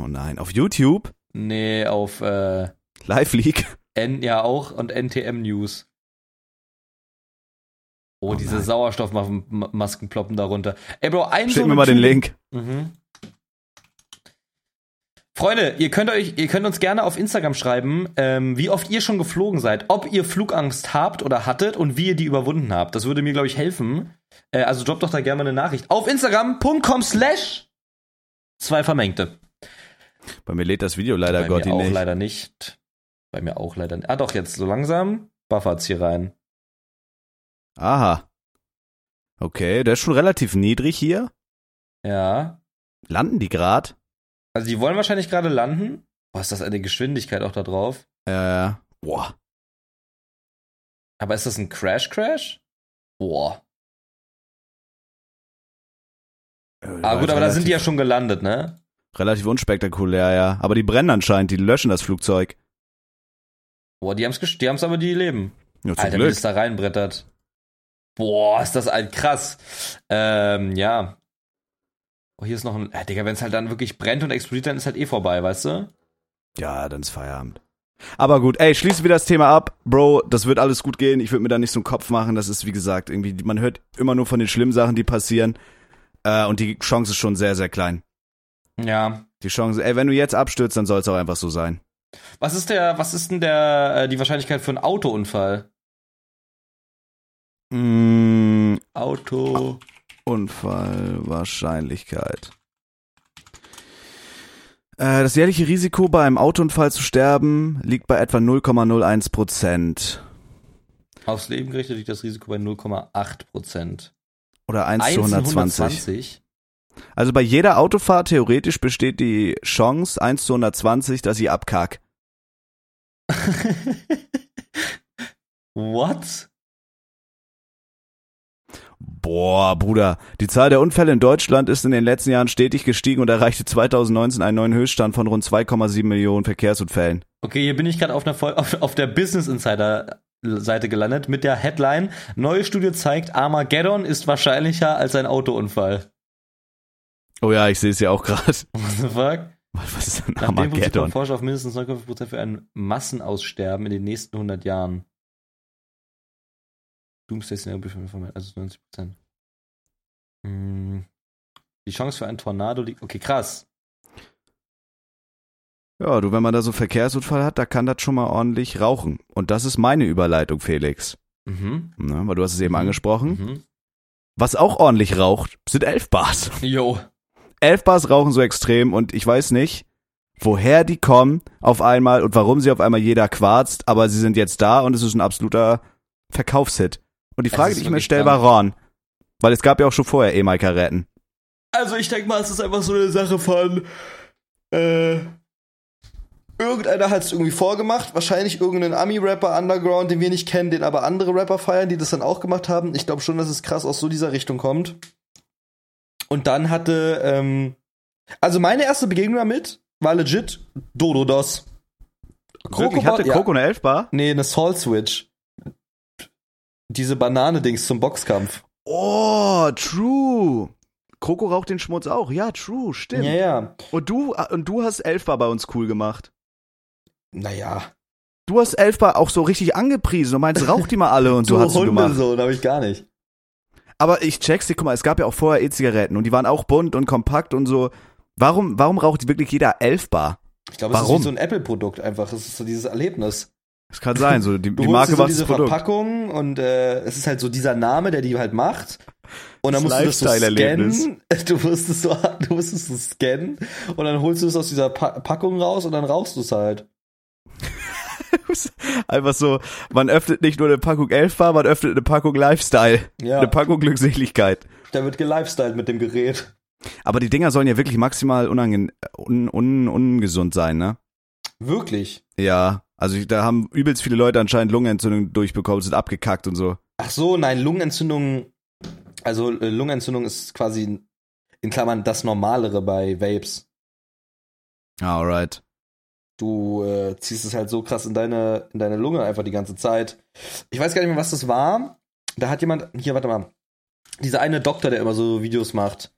[SPEAKER 1] Oh nein, auf YouTube,
[SPEAKER 2] Nee, auf äh,
[SPEAKER 1] Live League.
[SPEAKER 2] N ja auch und NTM News. Oh,
[SPEAKER 1] Oh
[SPEAKER 2] diese
[SPEAKER 1] nein.
[SPEAKER 2] Sauerstoffmasken Ma- Masken ploppen da runter. Ey, Bro, ein so
[SPEAKER 1] Schick mir
[SPEAKER 2] einen
[SPEAKER 1] mal den
[SPEAKER 2] Typen-
[SPEAKER 1] Link.
[SPEAKER 2] Mhm. Freunde, ihr könnt euch, ihr könnt uns gerne auf Instagram schreiben, ähm, wie oft ihr schon geflogen seid, ob ihr Flugangst habt oder hattet und wie ihr die überwunden habt. Das würde mir, glaube ich, helfen. Äh, also droppt doch da gerne mal eine Nachricht. Auf Instagram.com slash zwei Vermengte.
[SPEAKER 1] Bei mir lädt das Video leider
[SPEAKER 2] Bei
[SPEAKER 1] Gott
[SPEAKER 2] mir auch
[SPEAKER 1] nicht.
[SPEAKER 2] leider nicht. Bei mir auch leider nicht. Ah, doch, jetzt so langsam buffert's hier rein.
[SPEAKER 1] Aha. Okay, der ist schon relativ niedrig hier.
[SPEAKER 2] Ja.
[SPEAKER 1] Landen die grad?
[SPEAKER 2] Also, die wollen wahrscheinlich gerade landen. Boah, ist das eine Geschwindigkeit auch da drauf?
[SPEAKER 1] Äh, boah.
[SPEAKER 2] Aber ist das ein Crash-Crash? Boah. Ah, gut, aber da sind die ja schon gelandet, ne?
[SPEAKER 1] Relativ unspektakulär, ja. Aber die brennen anscheinend, die löschen das Flugzeug.
[SPEAKER 2] Boah, die haben's, gest- die haben's aber die leben.
[SPEAKER 1] Ja, zum
[SPEAKER 2] Alter, wie
[SPEAKER 1] Glück.
[SPEAKER 2] das da reinbrettert. Boah, ist das alt krass. Ähm, ja. Oh, hier ist noch ein. Ah, Digga, wenn's halt dann wirklich brennt und explodiert, dann ist halt eh vorbei, weißt du?
[SPEAKER 1] Ja, dann ist Feierabend. Aber gut, ey, schließen wir das Thema ab. Bro, das wird alles gut gehen. Ich würde mir da nicht so einen Kopf machen. Das ist, wie gesagt, irgendwie, man hört immer nur von den schlimmen Sachen, die passieren. Äh, und die Chance ist schon sehr, sehr klein.
[SPEAKER 2] Ja,
[SPEAKER 1] Die Chance, ey, wenn du jetzt abstürzt, dann soll es auch einfach so sein.
[SPEAKER 2] Was ist der, was ist denn der, äh, die Wahrscheinlichkeit für einen Autounfall?
[SPEAKER 1] Mm,
[SPEAKER 2] Auto.
[SPEAKER 1] Unfallwahrscheinlichkeit. Äh, Das jährliche Risiko, bei einem Autounfall zu sterben, liegt bei etwa 0,01 Prozent.
[SPEAKER 2] Aufs Leben gerichtet liegt das Risiko bei 0,8 Prozent.
[SPEAKER 1] Oder 1, zu 120.
[SPEAKER 2] 120.
[SPEAKER 1] Also bei jeder Autofahrt theoretisch besteht die Chance 1 zu 120, dass ich abkack.
[SPEAKER 2] What?
[SPEAKER 1] Boah, Bruder, die Zahl der Unfälle in Deutschland ist in den letzten Jahren stetig gestiegen und erreichte 2019 einen neuen Höchststand von rund 2,7 Millionen Verkehrsunfällen.
[SPEAKER 2] Okay, hier bin ich gerade auf, einer Fol- auf, auf der Business Insider äh, Seite gelandet mit der Headline: Neue Studie zeigt, Armageddon ist wahrscheinlicher als ein Autounfall.
[SPEAKER 1] Oh ja, ich sehe es ja auch gerade.
[SPEAKER 2] What the fuck?
[SPEAKER 1] Was was ist denn
[SPEAKER 2] Nach dem Prinzip kommt
[SPEAKER 1] Armageddon?
[SPEAKER 2] Forscher auf mindestens 59% für ein Massenaussterben in den nächsten 100 Jahren. Doomsday-Szenario bestimmt von- also 90%. Hm. Die Chance für einen Tornado liegt. Okay, krass.
[SPEAKER 1] Ja, du, wenn man da so Verkehrsunfall hat, da kann das schon mal ordentlich rauchen. Und das ist meine Überleitung, Felix.
[SPEAKER 2] Mhm.
[SPEAKER 1] Ne, weil du hast es eben angesprochen.
[SPEAKER 2] Mhm.
[SPEAKER 1] Was auch ordentlich raucht, sind Elfbars.
[SPEAKER 2] Jo.
[SPEAKER 1] Elfbars rauchen so extrem und ich weiß nicht, woher die kommen auf einmal und warum sie auf einmal jeder quarzt, aber sie sind jetzt da und es ist ein absoluter Verkaufshit. Und die
[SPEAKER 2] Es
[SPEAKER 1] Frage,
[SPEAKER 2] ist
[SPEAKER 1] die ich mir
[SPEAKER 2] wirklich
[SPEAKER 1] stelle, war
[SPEAKER 2] krank.
[SPEAKER 1] Ron. Weil es gab ja auch schon vorher E-Mail-Karetten.
[SPEAKER 2] Also ich denke mal, es ist einfach so eine Sache von äh, irgendeiner hat es irgendwie vorgemacht, wahrscheinlich irgendein Ami-Rapper Underground, den wir nicht kennen, den aber andere Rapper feiern, die das dann auch gemacht haben. Ich glaube schon, dass es krass aus so dieser Richtung kommt. Und dann hatte, ähm, also meine erste Begegnung damit war legit Dodo Dos.
[SPEAKER 1] Wirklich, hatte
[SPEAKER 2] ja.
[SPEAKER 1] Coco eine Elfbar?
[SPEAKER 2] Nee, eine Soul Switch. Diese Banane-Dings zum Boxkampf.
[SPEAKER 1] Oh, true. Kroko raucht den Schmutz auch. Ja, true, stimmt.
[SPEAKER 2] Ja, ja.
[SPEAKER 1] Und du und du hast Elfbar bei uns cool gemacht.
[SPEAKER 2] Naja.
[SPEAKER 1] Du hast Elfbar auch so richtig angepriesen und meinst, raucht die mal alle und so hast du gemacht.
[SPEAKER 2] So, habe ich gar nicht.
[SPEAKER 1] Aber ich check's dir, guck mal, es gab ja auch vorher E-Zigaretten und die waren auch bunt und kompakt und so. Warum, warum raucht wirklich jeder Elfbar?
[SPEAKER 2] Ich glaube, es ist
[SPEAKER 1] Warum?
[SPEAKER 2] wie so ein Apple-Produkt einfach. Es ist so dieses Erlebnis.
[SPEAKER 1] Es kann sein, so die,
[SPEAKER 2] Du
[SPEAKER 1] die
[SPEAKER 2] holst
[SPEAKER 1] Marke
[SPEAKER 2] dir so
[SPEAKER 1] war das
[SPEAKER 2] diese
[SPEAKER 1] Produkt.
[SPEAKER 2] Verpackung und äh, es ist halt so dieser Name, der die halt macht. Und
[SPEAKER 1] Das
[SPEAKER 2] dann musst du das so
[SPEAKER 1] Lifestyle-Erlebnis.
[SPEAKER 2] scannen. Du musst es so, du musst es so scannen und dann holst du es aus dieser pa Packung raus und dann rauchst du es halt.
[SPEAKER 1] Einfach so, man öffnet nicht nur eine Packung Elfbar, man öffnet eine Packung Lifestyle,
[SPEAKER 2] Ja,
[SPEAKER 1] eine Packung Glückseligkeit.
[SPEAKER 2] da wird gelifestyled mit dem Gerät.
[SPEAKER 1] Aber die Dinger sollen ja wirklich maximal unangen un un ungesund sein, ne?
[SPEAKER 2] Wirklich.
[SPEAKER 1] Ja, also ich- da haben übelst viele Leute anscheinend Lungenentzündung durchbekommen, sind abgekackt und so.
[SPEAKER 2] Ach so, nein, Lungenentzündung. Also äh, Lungenentzündung ist quasi in Klammern das Normalere bei Vapes.
[SPEAKER 1] Ja, Alright.
[SPEAKER 2] Du äh, ziehst es halt so krass in deine, in deine Lunge einfach die ganze Zeit. Ich weiß gar nicht mehr, was das war. Da hat jemand, hier, warte mal. Dieser eine Doktor, der immer so Videos macht.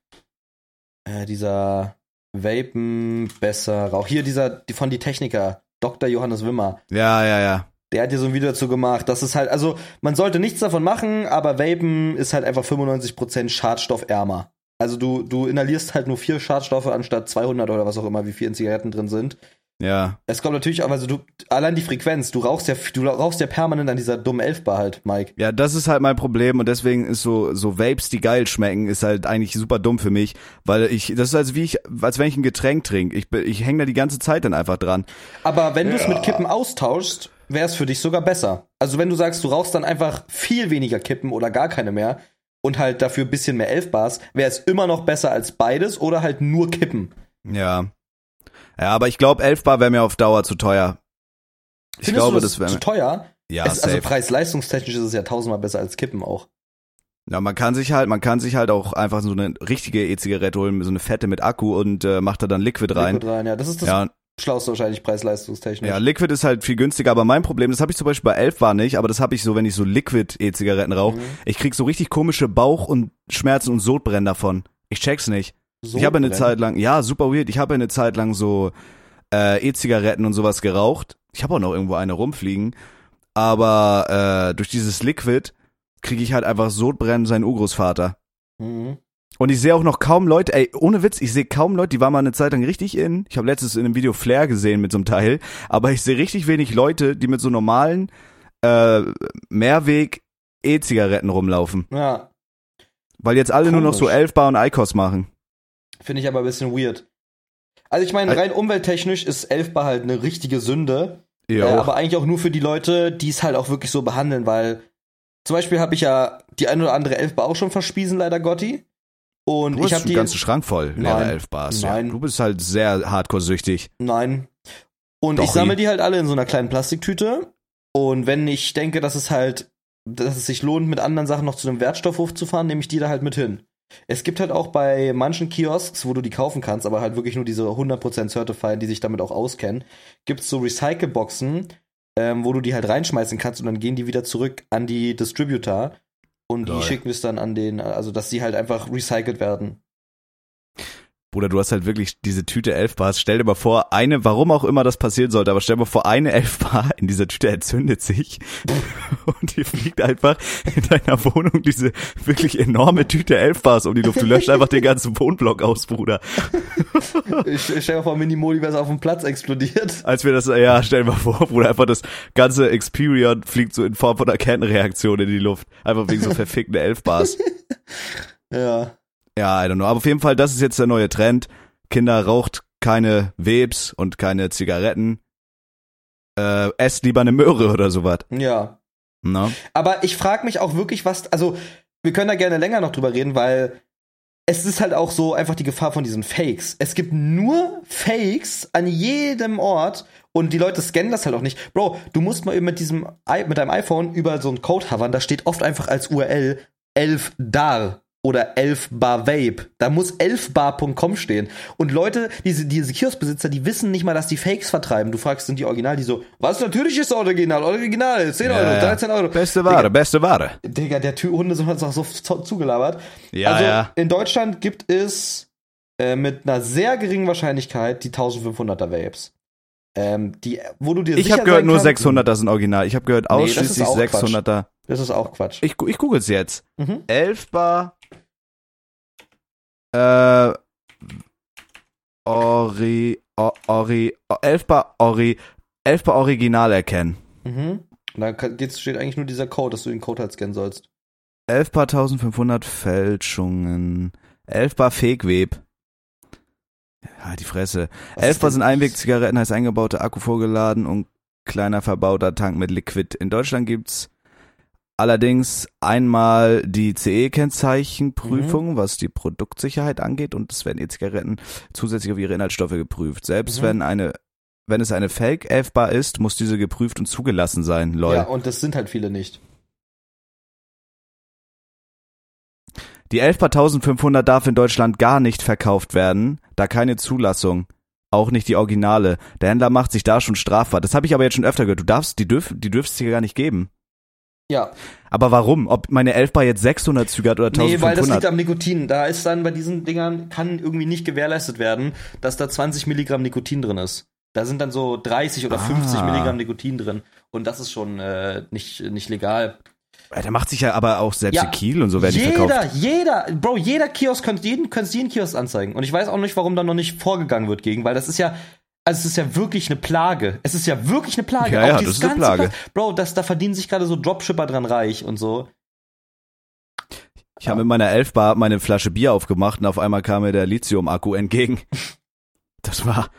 [SPEAKER 2] Äh, dieser Vapen besser Rauch. Hier dieser die- von die Techniker, Dr. Johannes Wimmer.
[SPEAKER 1] Ja, ja, ja.
[SPEAKER 2] Der hat hier so ein Video dazu gemacht. Das ist halt, also man sollte nichts davon machen, aber Vapen ist halt einfach 95% schadstoffärmer. Also du, du inhalierst halt nur vier Schadstoffe anstatt 200 oder was auch immer, wie viel in Zigaretten drin sind.
[SPEAKER 1] Ja.
[SPEAKER 2] Es kommt natürlich auch, also du, allein die Frequenz, du rauchst ja, du rauchst ja permanent an dieser dummen Elfbar halt, Mike.
[SPEAKER 1] Ja, das ist halt mein Problem und deswegen ist so so Vapes, die geil schmecken, ist halt eigentlich super dumm für mich, weil ich das ist als wie ich als wenn ich ein Getränk trinke. Ich bin- ich hänge da die ganze Zeit dann einfach dran.
[SPEAKER 2] Aber wenn du es mit Kippen austauschst, wäre es für dich sogar besser. Also wenn du sagst, du rauchst dann einfach viel weniger Kippen oder gar keine mehr und halt dafür ein bisschen mehr Elfbars, wäre es immer noch besser als beides oder halt nur Kippen.
[SPEAKER 1] Ja. Ja, aber ich glaube, 11 Bar wäre mir auf Dauer zu teuer. Ich
[SPEAKER 2] Findest
[SPEAKER 1] glaube,
[SPEAKER 2] du
[SPEAKER 1] das,
[SPEAKER 2] das zu
[SPEAKER 1] wäre
[SPEAKER 2] teuer?
[SPEAKER 1] ja
[SPEAKER 2] es, also
[SPEAKER 1] safe.
[SPEAKER 2] preis-leistungstechnisch ist es ja tausendmal besser als Kippen auch.
[SPEAKER 1] ja, man kann sich halt, man kann sich halt auch einfach so eine richtige E-Zigarette holen, so eine fette mit Akku und äh, macht da dann Liquid rein.
[SPEAKER 2] Liquid rein. Ja, das ist das
[SPEAKER 1] Ja,
[SPEAKER 2] Schlauste wahrscheinlich preis-leistungstechnisch.
[SPEAKER 1] ja, Liquid ist halt viel günstiger, aber mein Problem, das habe ich zum Beispiel bei 11 Bar nicht, aber das habe ich so, wenn ich so Liquid E-Zigaretten rauche.
[SPEAKER 2] Mhm.
[SPEAKER 1] Ich krieg so richtig komische Bauch- und Schmerzen und Sodbrennen davon. Ich check's nicht.
[SPEAKER 2] So
[SPEAKER 1] ich habe eine
[SPEAKER 2] brennt.
[SPEAKER 1] Zeit lang, ja, super weird. Ich habe eine Zeit lang so äh, E-Zigaretten und sowas geraucht. Ich habe auch noch irgendwo eine rumfliegen. Aber äh, durch dieses Liquid kriege ich halt einfach Sodbrennen seinen Urgroßvater.
[SPEAKER 2] Mhm.
[SPEAKER 1] Und ich sehe auch noch kaum Leute, ey, ohne Witz, ich sehe kaum Leute, die waren mal eine Zeit lang richtig in. Ich habe letztens in einem Video Flair gesehen mit so einem Teil, aber ich sehe richtig wenig Leute, die mit so normalen äh, Mehrweg-E-Zigaretten rumlaufen.
[SPEAKER 2] Ja,
[SPEAKER 1] Weil jetzt alle nur noch so
[SPEAKER 2] Komisch.
[SPEAKER 1] Elfbar und Eikos machen.
[SPEAKER 2] Finde ich aber ein bisschen weird. Also ich meine,
[SPEAKER 1] Also-
[SPEAKER 2] rein umwelttechnisch ist Elfbar halt eine richtige Sünde. Äh,
[SPEAKER 1] Ja.
[SPEAKER 2] aber eigentlich auch nur für die Leute, die es halt auch wirklich so behandeln, weil zum Beispiel habe ich ja die ein oder andere Elfbar auch schon verspiesen, leider Gotti. Und
[SPEAKER 1] du
[SPEAKER 2] ich
[SPEAKER 1] hast
[SPEAKER 2] habe
[SPEAKER 1] den
[SPEAKER 2] die.
[SPEAKER 1] ganzen Schrank voll, leere
[SPEAKER 2] Nein.
[SPEAKER 1] Elfbars.
[SPEAKER 2] Nein.
[SPEAKER 1] Ja. Du bist halt sehr hardcore-süchtig.
[SPEAKER 2] Nein. Und
[SPEAKER 1] Doch,
[SPEAKER 2] ich sammle
[SPEAKER 1] wie?
[SPEAKER 2] die halt alle in so einer kleinen Plastiktüte. Und wenn ich denke, dass es halt dass es sich lohnt, mit anderen Sachen noch zu einem Wertstoffhof zu fahren, nehme ich die da halt mit hin. Es gibt halt auch bei manchen Kiosks, wo du die kaufen kannst, aber halt wirklich nur diese 100% Certified, die sich damit auch auskennen, gibt es so Recycle-Boxen, ähm, wo du die halt reinschmeißen kannst und dann gehen die wieder zurück an die Distributor und
[SPEAKER 1] Lol.
[SPEAKER 2] die schicken es dann an den, also dass die halt einfach recycelt werden.
[SPEAKER 1] Bruder, du hast halt wirklich diese Tüte Elfbars. Stell dir mal vor, eine, warum auch immer das passieren sollte, aber stell dir mal vor, eine Elfbar in dieser Tüte entzündet sich und die fliegt einfach in deiner Wohnung diese wirklich enorme Tüte Elfbars um die Luft. Du löscht einfach den ganzen Wohnblock aus, Bruder.
[SPEAKER 2] ich, ich stell mir vor, Minimoli wäre auf dem Platz explodiert.
[SPEAKER 1] Als wir das, ja, stell dir mal vor, Bruder, einfach das ganze Experion fliegt so in Form von einer Kettenreaktion in die Luft. Einfach wegen so verfickten Elfbars.
[SPEAKER 2] Ja.
[SPEAKER 1] Ja, I don't know. Aber auf jeden Fall, das ist jetzt der neue Trend. Kinder raucht keine Webs und keine Zigaretten. Äh, esst lieber eine Möhre oder sowas.
[SPEAKER 2] Ja.
[SPEAKER 1] Ne?
[SPEAKER 2] Aber ich frage mich auch wirklich, was, also wir können da gerne länger noch drüber reden, weil es ist halt auch so einfach die Gefahr von diesen Fakes. Es gibt nur Fakes an jedem Ort und die Leute scannen das halt auch nicht. Bro, du musst mal eben mit diesem I- mit deinem iPhone über so einen Code hovern, da steht oft einfach als URL 11 dar oder 11 bar vape. Da muss 11bar.com stehen. Und Leute, diese, diese Kioskbesitzer, die wissen nicht mal, dass die Fakes vertreiben. Du fragst, sind die Original, die so, was natürlich ist Original? Original, 10
[SPEAKER 1] Ja,
[SPEAKER 2] Euro,
[SPEAKER 1] ja.
[SPEAKER 2] 13 Euro.
[SPEAKER 1] Beste Ware, beste Ware.
[SPEAKER 2] Digga, der Tür Hunde sind uns auch so zu- zugelabert.
[SPEAKER 1] Ja,
[SPEAKER 2] also
[SPEAKER 1] ja.
[SPEAKER 2] in Deutschland gibt es äh, mit einer sehr geringen Wahrscheinlichkeit die 1500er Vapes. Ähm, die, wo du dir
[SPEAKER 1] Ich
[SPEAKER 2] sicher
[SPEAKER 1] habe gehört,
[SPEAKER 2] sein
[SPEAKER 1] nur
[SPEAKER 2] kannst-
[SPEAKER 1] 600 das sind Original. Ich habe gehört,
[SPEAKER 2] Nee, das ist
[SPEAKER 1] ausschließlich
[SPEAKER 2] auch
[SPEAKER 1] 600er.
[SPEAKER 2] Das ist auch Quatsch.
[SPEAKER 1] Ich, gu- ich google es jetzt.
[SPEAKER 2] Mhm.
[SPEAKER 1] 11 Bar. Äh. Ori. O, Ori. O, 11 Bar Ori. 11 Bar Original erkennen.
[SPEAKER 2] Mhm. Und da kann- geht's, steht eigentlich nur dieser Code, dass du den Code halt scannen sollst.
[SPEAKER 1] 11 paar 1500 Fälschungen. 11 paar Fakeweb. Ja, halt die Fresse.
[SPEAKER 2] Was
[SPEAKER 1] 11
[SPEAKER 2] ist denn
[SPEAKER 1] paar sind
[SPEAKER 2] das?
[SPEAKER 1] Einwegzigaretten, heißt eingebauter Akku vorgeladen und kleiner verbauter Tank mit Liquid. In Deutschland gibt's allerdings einmal die
[SPEAKER 2] Mhm.
[SPEAKER 1] CE-Kennzeichenprüfung, was die Produktsicherheit angeht und es werden E-Zigaretten zusätzlich auf ihre Inhaltsstoffe geprüft. Selbst
[SPEAKER 2] Mhm.
[SPEAKER 1] wenn eine wenn es eine Fake 11 Bar ist, muss diese geprüft und zugelassen sein, lol.
[SPEAKER 2] Ja, und das sind halt viele nicht.
[SPEAKER 1] Die 11 bei 1500 darf in Deutschland gar nicht verkauft werden, da keine Zulassung. Auch nicht die Originale. Der Händler macht sich da schon strafbar. Das habe ich aber jetzt schon öfter gehört. Du darfst, die dürfen, die dürfst dir gar nicht geben.
[SPEAKER 2] Ja,
[SPEAKER 1] Aber warum? Ob meine 11 Bar jetzt 600 Züge hat oder
[SPEAKER 2] nee, weil das
[SPEAKER 1] 1500?
[SPEAKER 2] liegt am Nikotin. Da ist dann bei diesen Dingern, kann irgendwie nicht gewährleistet werden, dass da 20 Milligramm Nikotin drin ist. Da sind dann so 30 oder 50
[SPEAKER 1] Ah.
[SPEAKER 2] Milligramm Nikotin drin. Und das ist schon äh, nicht, nicht legal.
[SPEAKER 1] der Äh, macht sich ja aber auch selbst
[SPEAKER 2] Ja.
[SPEAKER 1] in Kiel und so werden die verkauft.
[SPEAKER 2] Jeder, jeder, Bro, jeder Kiosk, könnt jeden, könntest jeden Kiosk anzeigen. Und ich weiß auch nicht, warum da noch nicht vorgegangen wird gegen, weil das ist ja, also es ist ja wirklich eine Plage. Es ist ja wirklich eine Plage.
[SPEAKER 1] Ja,
[SPEAKER 2] Auch
[SPEAKER 1] ja,
[SPEAKER 2] dieses
[SPEAKER 1] das ist eine
[SPEAKER 2] ganze
[SPEAKER 1] Plage.
[SPEAKER 2] Pla- Bro, das, da verdienen sich gerade so Dropshipper dran reich und so.
[SPEAKER 1] Ich habe mit meiner 11 Bar meine Flasche Bier aufgemacht und auf einmal kam mir der Lithium-Akku entgegen. Das war,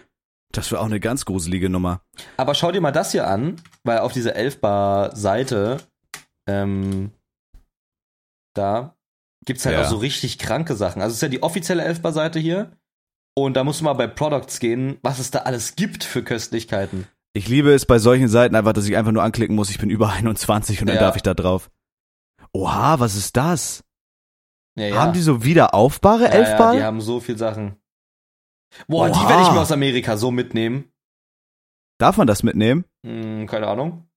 [SPEAKER 1] das war auch eine ganz gruselige Nummer.
[SPEAKER 2] Aber schau dir mal das hier an, weil auf dieser Elfbar-Seite, ähm, da gibt's halt
[SPEAKER 1] Ja.
[SPEAKER 2] auch so richtig kranke Sachen. Also es ist ja die offizielle Elfbar-Seite hier. Und da musst du mal bei Products gehen, was es da alles gibt für Köstlichkeiten.
[SPEAKER 1] Ich liebe es bei solchen Seiten einfach, dass ich einfach nur anklicken muss, ich bin über 21 und dann
[SPEAKER 2] Ja.
[SPEAKER 1] darf ich da drauf. Oha, was ist das?
[SPEAKER 2] Ja,
[SPEAKER 1] Haben die so wieder aufbare Elfbar?
[SPEAKER 2] Ja, die haben so viel Sachen. Boah, die
[SPEAKER 1] Oha.
[SPEAKER 2] werde ich mir aus Amerika so mitnehmen.
[SPEAKER 1] Darf man das mitnehmen?
[SPEAKER 2] Hm, keine Ahnung.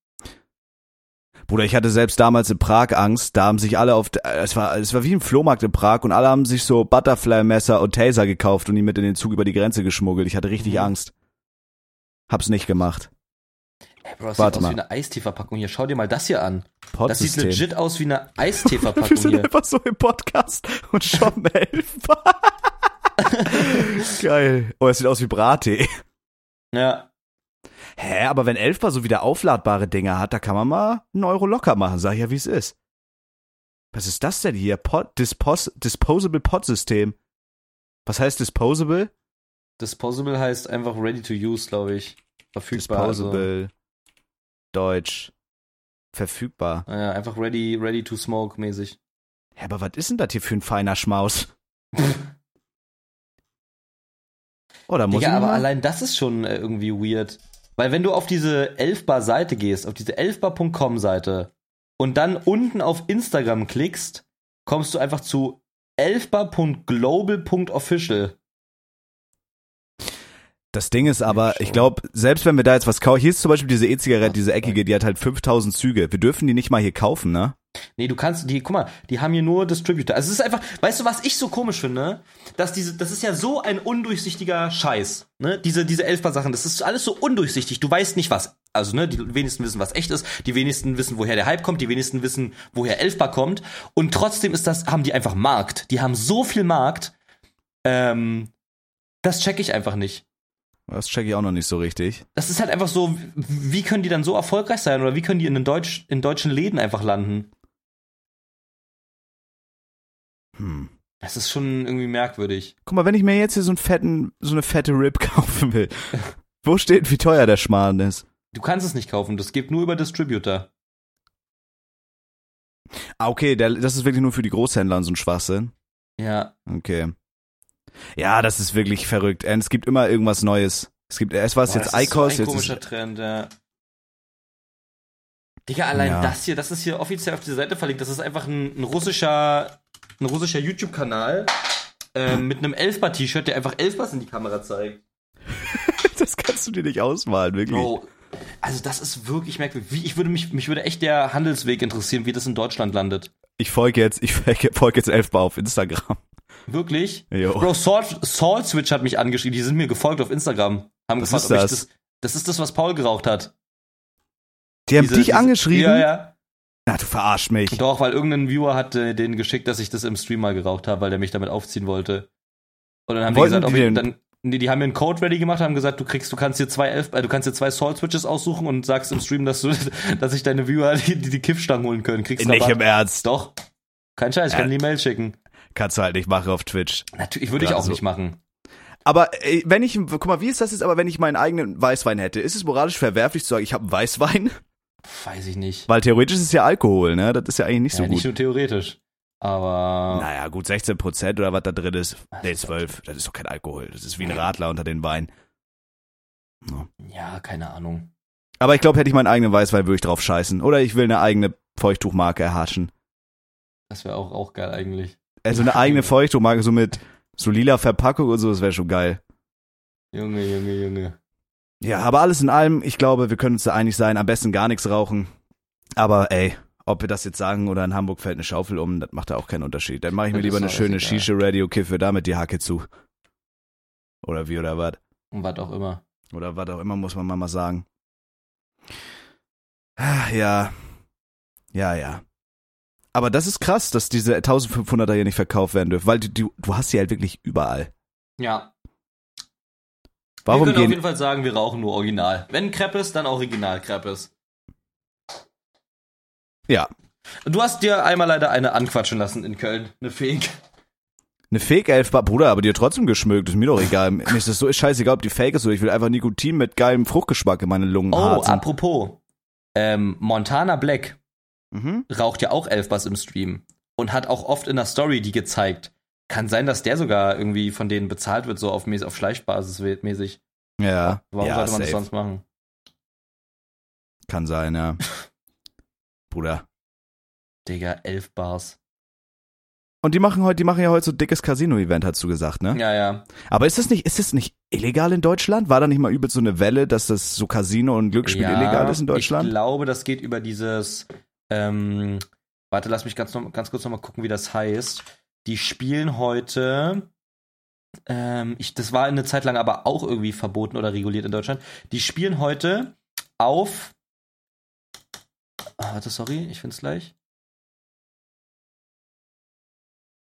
[SPEAKER 1] Bruder, ich hatte selbst damals in Prag Angst, da haben sich alle auf, äh, es war, es war wie ein Flohmarkt in Prag und alle haben sich so Butterfly-Messer und Taser gekauft und die mit in den Zug über die Grenze geschmuggelt. Ich hatte richtig
[SPEAKER 2] Mhm.
[SPEAKER 1] Angst. Hab's nicht gemacht.
[SPEAKER 2] Ey, Bro, das
[SPEAKER 1] Warte
[SPEAKER 2] sieht aus
[SPEAKER 1] mal.
[SPEAKER 2] wie eine Eisteeverpackung hier. Schau dir mal das hier an. Das sieht
[SPEAKER 1] Potsystem.
[SPEAKER 2] legit aus wie eine
[SPEAKER 1] Wir
[SPEAKER 2] Eisteeverpackung
[SPEAKER 1] sind
[SPEAKER 2] hier.
[SPEAKER 1] einfach so im Podcast und shoppen Elfbar. Geil. Oh, es sieht aus wie Brattee.
[SPEAKER 2] Ja.
[SPEAKER 1] Hä, aber wenn Elfbar so wieder aufladbare Dinger hat, da kann man mal einen Euro locker machen, sag ich ja, wie es ist. Was ist das denn hier? Pod, Dispos, Disposable Pod-System. Was heißt Disposable?
[SPEAKER 2] Disposable heißt einfach ready to use, glaube ich. Verfügbar. Also.
[SPEAKER 1] Disposable. Deutsch. Verfügbar.
[SPEAKER 2] Ja, einfach ready, ready to smoke mäßig.
[SPEAKER 1] Hä, aber was ist denn das hier für ein feiner Schmaus? Oh, da muss
[SPEAKER 2] Digga,
[SPEAKER 1] ich
[SPEAKER 2] aber
[SPEAKER 1] mal-
[SPEAKER 2] allein das ist schon äh, irgendwie weird. Weil wenn du auf diese Elfbar-Seite gehst, auf diese elfbar.com-Seite, und dann unten auf Instagram klickst, kommst du einfach zu elfbar.global.official.
[SPEAKER 1] Das Ding ist aber, ich glaube, selbst wenn wir da jetzt was kaufen, hier ist zum Beispiel diese E-Zigarette, diese eckige, die hat halt 5000 Züge. Wir dürfen die nicht mal hier kaufen, ne?
[SPEAKER 2] Nee, du kannst, die, guck mal, die haben hier nur Distributor. Also es ist einfach, weißt du, was ich so komisch finde? Dass diese, das ist ja so ein undurchsichtiger Scheiß, ne? Diese, diese Elfbar-Sachen, das ist alles so undurchsichtig, du weißt nicht was. Also, ne, die wenigsten wissen, was echt ist, die wenigsten wissen, woher der Hype kommt, die wenigsten wissen, woher Elfbar kommt. Und trotzdem ist das, haben die einfach Markt. Die haben so viel Markt, ähm, das check ich einfach nicht.
[SPEAKER 1] Das checke ich auch noch nicht so richtig.
[SPEAKER 2] Das ist halt einfach so, wie können die dann so erfolgreich sein oder wie können die in, den Deutsch, in deutschen Läden einfach landen?
[SPEAKER 1] Hm.
[SPEAKER 2] Das ist schon irgendwie merkwürdig.
[SPEAKER 1] Guck mal, wenn ich mir jetzt hier so einen fetten, so eine fette Rib kaufen will, wo steht, wie teuer der Schmarrn ist?
[SPEAKER 2] Du kannst es nicht kaufen, das geht nur über Distributor.
[SPEAKER 1] Ah, okay, der, das ist wirklich nur für die Großhändler und so ein Schwachsinn.
[SPEAKER 2] Ja,
[SPEAKER 1] Okay. Ja, das ist wirklich verrückt. Und es gibt immer irgendwas Neues. Es gibt, es war es
[SPEAKER 2] Boah,
[SPEAKER 1] jetzt
[SPEAKER 2] das ist
[SPEAKER 1] ICOS,
[SPEAKER 2] so ein
[SPEAKER 1] jetzt
[SPEAKER 2] komischer
[SPEAKER 1] ist,
[SPEAKER 2] Trend, ja. Digga, allein
[SPEAKER 1] Ja.
[SPEAKER 2] das hier, das ist hier offiziell auf dieser Seite verlinkt. Das ist einfach ein, ein russischer, ein russischer YouTube-Kanal ähm, mit einem Elfbar-T-Shirt, der einfach Elfbars in die Kamera zeigt.
[SPEAKER 1] das kannst du dir nicht ausmalen, wirklich.
[SPEAKER 2] Bro, also das ist wirklich merkwürdig. Wie, ich würde mich, mich würde echt der Handelsweg interessieren, wie das in Deutschland landet.
[SPEAKER 1] Ich folge jetzt, ich folge folge jetzt Elfbar auf Instagram.
[SPEAKER 2] Wirklich?
[SPEAKER 1] Jo.
[SPEAKER 2] Bro, Salt, Salt Switch hat mich angeschrieben. Die sind mir gefolgt auf Instagram. Haben
[SPEAKER 1] Was
[SPEAKER 2] gefragt,
[SPEAKER 1] ist
[SPEAKER 2] ob ich
[SPEAKER 1] das?
[SPEAKER 2] das. Das ist das, was Paul geraucht hat.
[SPEAKER 1] Die haben
[SPEAKER 2] Diese-
[SPEAKER 1] dich
[SPEAKER 2] diese-
[SPEAKER 1] angeschrieben?
[SPEAKER 2] Ja, ja.
[SPEAKER 1] Na, du verarsch mich.
[SPEAKER 2] Doch, weil irgendein Viewer hat äh, denen geschickt, dass ich das im Stream mal geraucht habe, weil der mich damit aufziehen wollte. Und dann haben
[SPEAKER 1] Wollten
[SPEAKER 2] die gesagt, ob
[SPEAKER 1] die
[SPEAKER 2] ich
[SPEAKER 1] denn?
[SPEAKER 2] dann. Nee, die haben mir einen Code ready gemacht, haben gesagt, du kriegst, du kannst dir zwei Elf, äh, du kannst dir zwei Salt Switches aussuchen und sagst im Stream, dass du, dass ich deine Viewer die, die, die Kiffstangen holen können. Kriegst
[SPEAKER 1] nicht
[SPEAKER 2] Rabatt.
[SPEAKER 1] im Ernst.
[SPEAKER 2] Doch. Kein Scheiß, ich kann die Mail schicken.
[SPEAKER 1] Kannst du halt nicht machen auf Twitch.
[SPEAKER 2] Natürlich, würde ich
[SPEAKER 1] Ja,
[SPEAKER 2] auch
[SPEAKER 1] so.
[SPEAKER 2] nicht machen.
[SPEAKER 1] Aber ey, wenn ich, guck mal, wie ist das jetzt aber, wenn ich meinen eigenen Weißwein hätte? Ist es moralisch verwerflich zu sagen, ich habe einen Weißwein?
[SPEAKER 2] Weiß ich nicht.
[SPEAKER 1] Weil theoretisch ist es ja Alkohol, ne? Das ist ja eigentlich nicht so
[SPEAKER 2] ja,
[SPEAKER 1] gut.
[SPEAKER 2] nicht nur theoretisch. Aber.
[SPEAKER 1] Naja, gut, 16 Prozent oder was da drin ist. Nee, 12. Das ist doch kein Alkohol. Das ist wie ein Radler unter den Wein.
[SPEAKER 2] Ja, keine Ahnung.
[SPEAKER 1] Aber ich glaube, hätte ich meinen eigenen Weißwein, würde ich drauf scheißen. Oder ich will eine eigene Feuchttuchmarke erhaschen.
[SPEAKER 2] Das wäre auch, auch geil eigentlich.
[SPEAKER 1] Also eine eigene Feuchttuchmarke, so mit so lila Verpackung und so, das wäre schon geil.
[SPEAKER 2] Junge, Junge, Junge.
[SPEAKER 1] Ja, aber alles in allem, ich glaube, wir können uns da einig sein, am besten gar nichts rauchen. Aber ey, ob wir das jetzt sagen oder in Hamburg fällt eine Schaufel um, das macht da auch keinen Unterschied. Dann mache ich mir
[SPEAKER 2] Das
[SPEAKER 1] lieber
[SPEAKER 2] ist
[SPEAKER 1] eine
[SPEAKER 2] alles
[SPEAKER 1] schöne
[SPEAKER 2] egal.
[SPEAKER 1] Shisha-Radio-Kiffe, damit die Hacke zu. Oder wie oder was.
[SPEAKER 2] Und was auch immer.
[SPEAKER 1] Oder was auch immer, muss man mal sagen. Ah, Ja. Ja, ja. Aber das ist krass, dass diese 1500er hier nicht verkauft werden dürfen, weil du, du, du hast sie halt wirklich überall.
[SPEAKER 2] Ja. wir
[SPEAKER 1] Warum
[SPEAKER 2] können auf jeden
[SPEAKER 1] gehen.
[SPEAKER 2] Fall sagen, wir rauchen nur original. Wenn Kreppes, dann original Kreppes.
[SPEAKER 1] Ja.
[SPEAKER 2] Du hast dir einmal leider eine anquatschen lassen in Köln. Eine Fake.
[SPEAKER 1] Eine Fake-Elf, Bruder, aber die hat trotzdem geschmückt, ist mir doch egal. Mir ist das so ist scheißegal, ob die Fake ist oder ich will einfach Nikotin mit geilem Fruchtgeschmack in meine Lungen
[SPEAKER 2] Oh,
[SPEAKER 1] harzen.
[SPEAKER 2] apropos. Ähm, Montana Black
[SPEAKER 1] Mhm.
[SPEAKER 2] raucht ja auch Elfbass im Stream. Und hat auch oft in der Story die gezeigt. Kann sein, dass der sogar irgendwie von denen bezahlt wird, so auf, mäß- auf Schleichbasis mäßig.
[SPEAKER 1] Ja,
[SPEAKER 2] Warum
[SPEAKER 1] ja,
[SPEAKER 2] sollte man
[SPEAKER 1] safe.
[SPEAKER 2] das sonst machen?
[SPEAKER 1] Kann sein, ja. Bruder.
[SPEAKER 2] Digga, elf Bars.
[SPEAKER 1] Und die machen heute, die machen ja heute so ein dickes Casino-Event, hast du gesagt, ne?
[SPEAKER 2] Ja, ja.
[SPEAKER 1] Aber ist das nicht, ist das nicht illegal in Deutschland? War da nicht mal übel so eine Welle, dass das so Casino und Glücksspiel
[SPEAKER 2] ja,
[SPEAKER 1] illegal ist in
[SPEAKER 2] Ich
[SPEAKER 1] Deutschland?
[SPEAKER 2] glaube, das geht über dieses. Ähm, warte, lass mich ganz, noch, ganz kurz nochmal gucken, wie das heißt. Die spielen heute. Ähm, ich, das war eine Zeit lang aber auch irgendwie verboten oder reguliert in Deutschland. Die spielen heute auf. Ah, warte, sorry, ich find's gleich.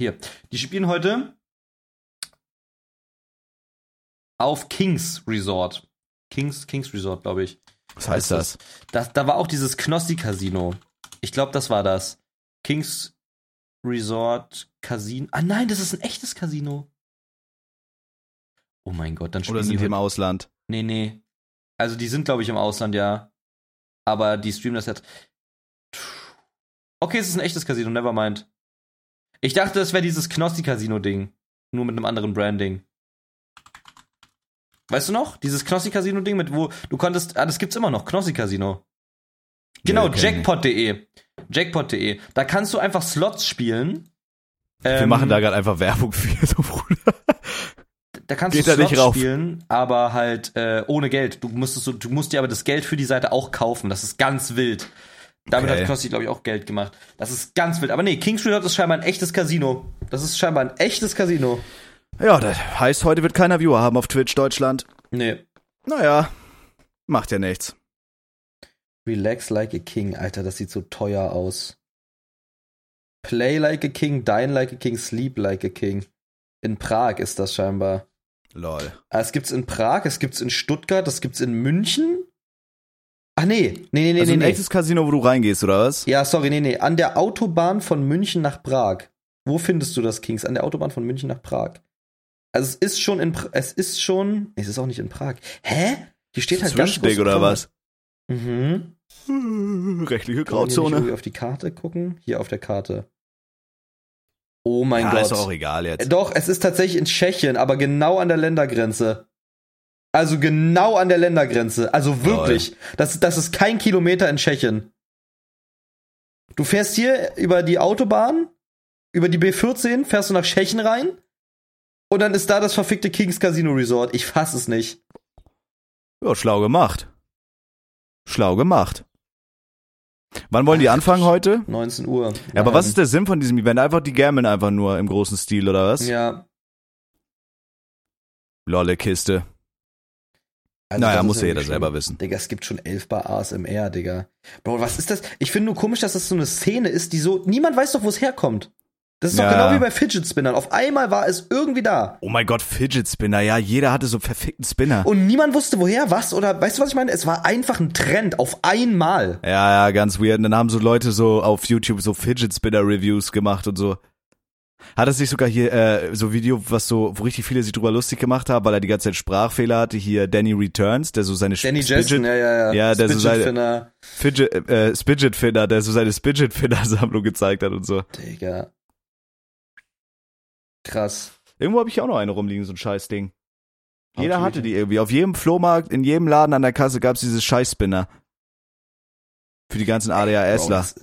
[SPEAKER 2] Hier. Die spielen heute auf Kings Resort. Kings, Kings Resort, glaube ich.
[SPEAKER 1] Was heißt
[SPEAKER 2] also
[SPEAKER 1] das?
[SPEAKER 2] Das, da war auch dieses Knossi-Casino. Ich glaube, das war das. Kings Resort Casino. Ah nein, das ist ein echtes Casino. Oh mein Gott, dann spielen
[SPEAKER 1] Oder sind die
[SPEAKER 2] die
[SPEAKER 1] im
[SPEAKER 2] heute-
[SPEAKER 1] Ausland?
[SPEAKER 2] Nee, nee. Also die sind, glaube ich, im Ausland, ja. Aber die streamen das jetzt. Okay, es ist ein echtes Casino, never mind. Ich dachte, es wäre dieses Knossi-Casino-Ding. Nur mit einem anderen Branding. Weißt du noch? Dieses Knossi-Casino-Ding, mit wo du konntest. Ah, das gibt's immer noch, Knossi-Casino. Genau,
[SPEAKER 1] Äh, kenn ich nicht.
[SPEAKER 2] jackpot.de. Jackpot.de. Da kannst du einfach Slots spielen.
[SPEAKER 1] Wir
[SPEAKER 2] Ähm,
[SPEAKER 1] machen da gerade einfach Werbung für, so Bruder.
[SPEAKER 2] Da kannst
[SPEAKER 1] Geht
[SPEAKER 2] du
[SPEAKER 1] da
[SPEAKER 2] Slots
[SPEAKER 1] nicht rauf.
[SPEAKER 2] spielen, aber halt äh, ohne Geld. Du musstest so, du musst dir aber das Geld für die Seite auch kaufen. Das ist ganz wild. Damit
[SPEAKER 1] Okay.
[SPEAKER 2] hat Knossi, glaube ich, auch Geld gemacht. Das ist ganz wild. Aber nee, King Street Hot ist scheinbar ein echtes Casino. Das ist scheinbar ein echtes Casino.
[SPEAKER 1] Ja, das heißt, heute wird keiner Viewer haben auf Twitch Deutschland.
[SPEAKER 2] Nee.
[SPEAKER 1] Naja, macht ja nichts.
[SPEAKER 2] Relax like a king, Alter, das sieht so teuer aus. Play like a king, dine like a king, sleep like a king. In Prag ist das scheinbar.
[SPEAKER 1] Lol.
[SPEAKER 2] Ah, Es gibt's in Prag, es gibt's in Stuttgart, es gibt's in München. Ach nee, nee, nee, nee,
[SPEAKER 1] also ein
[SPEAKER 2] nee. nee.
[SPEAKER 1] echtes Casino, wo du reingehst, oder was?
[SPEAKER 2] Ja, sorry, nee, nee. An der Autobahn von München nach Prag. Wo findest du das, Kings? An der Autobahn von München nach Prag. Also es ist schon in Pra- es ist schon. Es ist auch nicht in Prag. Hä? Die steht halt ganz
[SPEAKER 1] Zwischending
[SPEAKER 2] groß
[SPEAKER 1] oder
[SPEAKER 2] vorne.
[SPEAKER 1] was? Hm,
[SPEAKER 2] Mhm.
[SPEAKER 1] Rechtliche
[SPEAKER 2] Wollen wir nicht
[SPEAKER 1] Grauzone.
[SPEAKER 2] irgendwie auf die Karte gucken? Hier auf der Karte. Oh mein
[SPEAKER 1] Ja,
[SPEAKER 2] Gott.
[SPEAKER 1] ist auch egal
[SPEAKER 2] Äh,
[SPEAKER 1] jetzt.
[SPEAKER 2] Doch, es ist tatsächlich in Tschechien, aber genau an der Ländergrenze. Also genau an der Ländergrenze. Also wirklich. Das, das ist kein Kilometer in Tschechien. Du fährst hier über die Autobahn, über die B14, fährst du nach Tschechien rein und dann ist da das verfickte Kings Casino Resort. Ich fass es nicht. Äh,
[SPEAKER 1] Ja, schlau gemacht. Schlau gemacht. Wann wollen die anfangen heute?
[SPEAKER 2] 19 Uhr. Ähm,
[SPEAKER 1] Ja, aber was ist der Sinn von diesem Event? Einfach die gammeln einfach nur im großen Stil, oder was?
[SPEAKER 2] Ja.
[SPEAKER 1] Lolle Kiste.
[SPEAKER 2] Also
[SPEAKER 1] naja,
[SPEAKER 2] das ist
[SPEAKER 1] muss ja jeder
[SPEAKER 2] wirklich
[SPEAKER 1] selber
[SPEAKER 2] schon-
[SPEAKER 1] wissen.
[SPEAKER 2] Digga, es gibt schon 11 Bar ASMR, Digga. Bro, was ist das? Ich finde nur komisch, dass das so eine Szene ist, die so. Niemand weiß doch, wo es herkommt. Das ist doch
[SPEAKER 1] Ja.
[SPEAKER 2] genau wie bei Fidget Spinnern. Auf einmal war es irgendwie da.
[SPEAKER 1] Oh mein Gott, Fidget Spinner. Ja, jeder hatte so einen verfickten Spinner.
[SPEAKER 2] Und niemand wusste, woher, was oder. Weißt du, was ich meine? Es war einfach ein Trend. Auf einmal.
[SPEAKER 1] Ja, ja, ganz weird. Und dann haben so Leute so auf YouTube so Fidget Spinner Reviews gemacht und so. Hat es nicht sogar hier äh, so Video, was so, wo richtig viele sich drüber lustig gemacht haben, weil er die ganze Zeit Sprachfehler hatte, hier Danny Returns, der so seine Sch-
[SPEAKER 2] Danny
[SPEAKER 1] Spidget-
[SPEAKER 2] Jensen, ja, ja, ja.
[SPEAKER 1] Ja, halt- der so seine-
[SPEAKER 2] Spidget-Finner.
[SPEAKER 1] Fidget, äh, Spidget Finner, der so seine Spidget Finner Sammlung gezeigt hat und so.
[SPEAKER 2] Digga. Krass.
[SPEAKER 1] Irgendwo habe ich auch noch eine rumliegen, so ein Scheißding. Jeder
[SPEAKER 2] Natürlich.
[SPEAKER 1] hatte die irgendwie. Auf jedem Flohmarkt, in jedem Laden an der Kasse gab's diese Scheißspinner. Für die ganzen
[SPEAKER 2] Bro,
[SPEAKER 1] ADHSler.
[SPEAKER 2] das,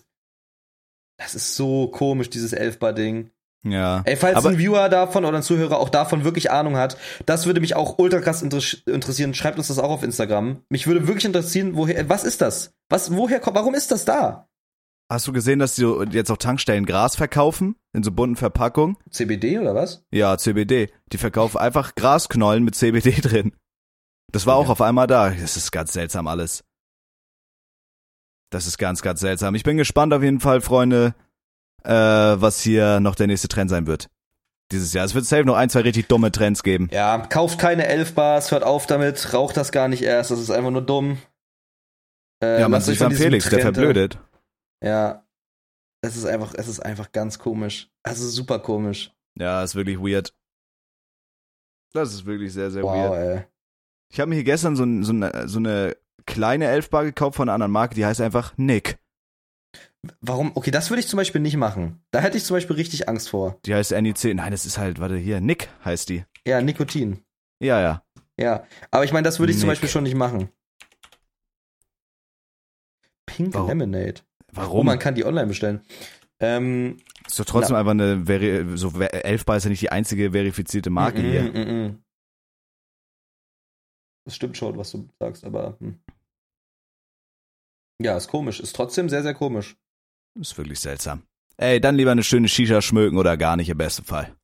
[SPEAKER 2] das ist so komisch, dieses Elfbar-Ding.
[SPEAKER 1] Ja.
[SPEAKER 2] Ey, falls
[SPEAKER 1] Aber-
[SPEAKER 2] ein Viewer davon oder ein Zuhörer auch davon wirklich Ahnung hat, das würde mich auch ultra krass inter interessieren. Schreibt uns das auch auf Instagram. Mich würde wirklich interessieren, woher, was ist das? Was, woher kommt, warum ist das da?
[SPEAKER 1] Hast du gesehen, dass die so jetzt auch Tankstellen Gras verkaufen? In so bunten Verpackungen?
[SPEAKER 2] CBD oder was?
[SPEAKER 1] Ja, CBD. Die verkaufen einfach Grasknollen mit CBD drin. Das war auch
[SPEAKER 2] Ja.
[SPEAKER 1] auf einmal da. Das ist ganz seltsam alles. Das ist ganz, ganz seltsam. Ich bin gespannt auf jeden Fall, Freunde, äh, was hier noch der nächste Trend sein wird. Dieses Jahr. Es wird safe noch ein, zwei richtig dumme Trends geben.
[SPEAKER 2] Ja, kauft keine Elfbars, hört auf damit, raucht das gar nicht erst, das ist einfach nur dumm. Äh,
[SPEAKER 1] ja, man
[SPEAKER 2] lasst euch
[SPEAKER 1] sieht
[SPEAKER 2] von
[SPEAKER 1] an
[SPEAKER 2] diesem
[SPEAKER 1] Felix, der
[SPEAKER 2] Trend- äh,
[SPEAKER 1] verblödet.
[SPEAKER 2] Ja. Es ist einfach, es ist einfach ganz komisch. Also super komisch.
[SPEAKER 1] Ja, ist wirklich weird. Das ist wirklich sehr, sehr weird.
[SPEAKER 2] Wow, ey.
[SPEAKER 1] Ich habe mir hier gestern so, ein, so, eine, so eine kleine Elfbar gekauft von einer anderen Marke, die heißt einfach Nick.
[SPEAKER 2] Warum? Okay, das würde ich zum Beispiel nicht machen. Da hätte ich zum Beispiel richtig Angst vor.
[SPEAKER 1] Die heißt NIC. Nein, das ist halt, warte, hier, Nick heißt die.
[SPEAKER 2] Ja, Nikotin.
[SPEAKER 1] Ja, ja.
[SPEAKER 2] Ja, aber ich meine, das würde ich zum
[SPEAKER 1] Nick.
[SPEAKER 2] Beispiel schon nicht machen. Pink
[SPEAKER 1] Warum?
[SPEAKER 2] Lemonade. Oh,
[SPEAKER 1] Warum?
[SPEAKER 2] man kann die online bestellen. Ähm,
[SPEAKER 1] ist doch trotzdem einfach eine, Veri so Ver- Elfbar ist ja nicht die einzige verifizierte Marke
[SPEAKER 2] mm,
[SPEAKER 1] hier.
[SPEAKER 2] mm, mm. Es stimmt schon, was du sagst, aber. Hm. Ja, ist komisch. Ist trotzdem sehr, sehr komisch.
[SPEAKER 1] Ist wirklich seltsam. Ey, dann lieber eine schöne Shisha schmöken oder gar nicht im besten Fall.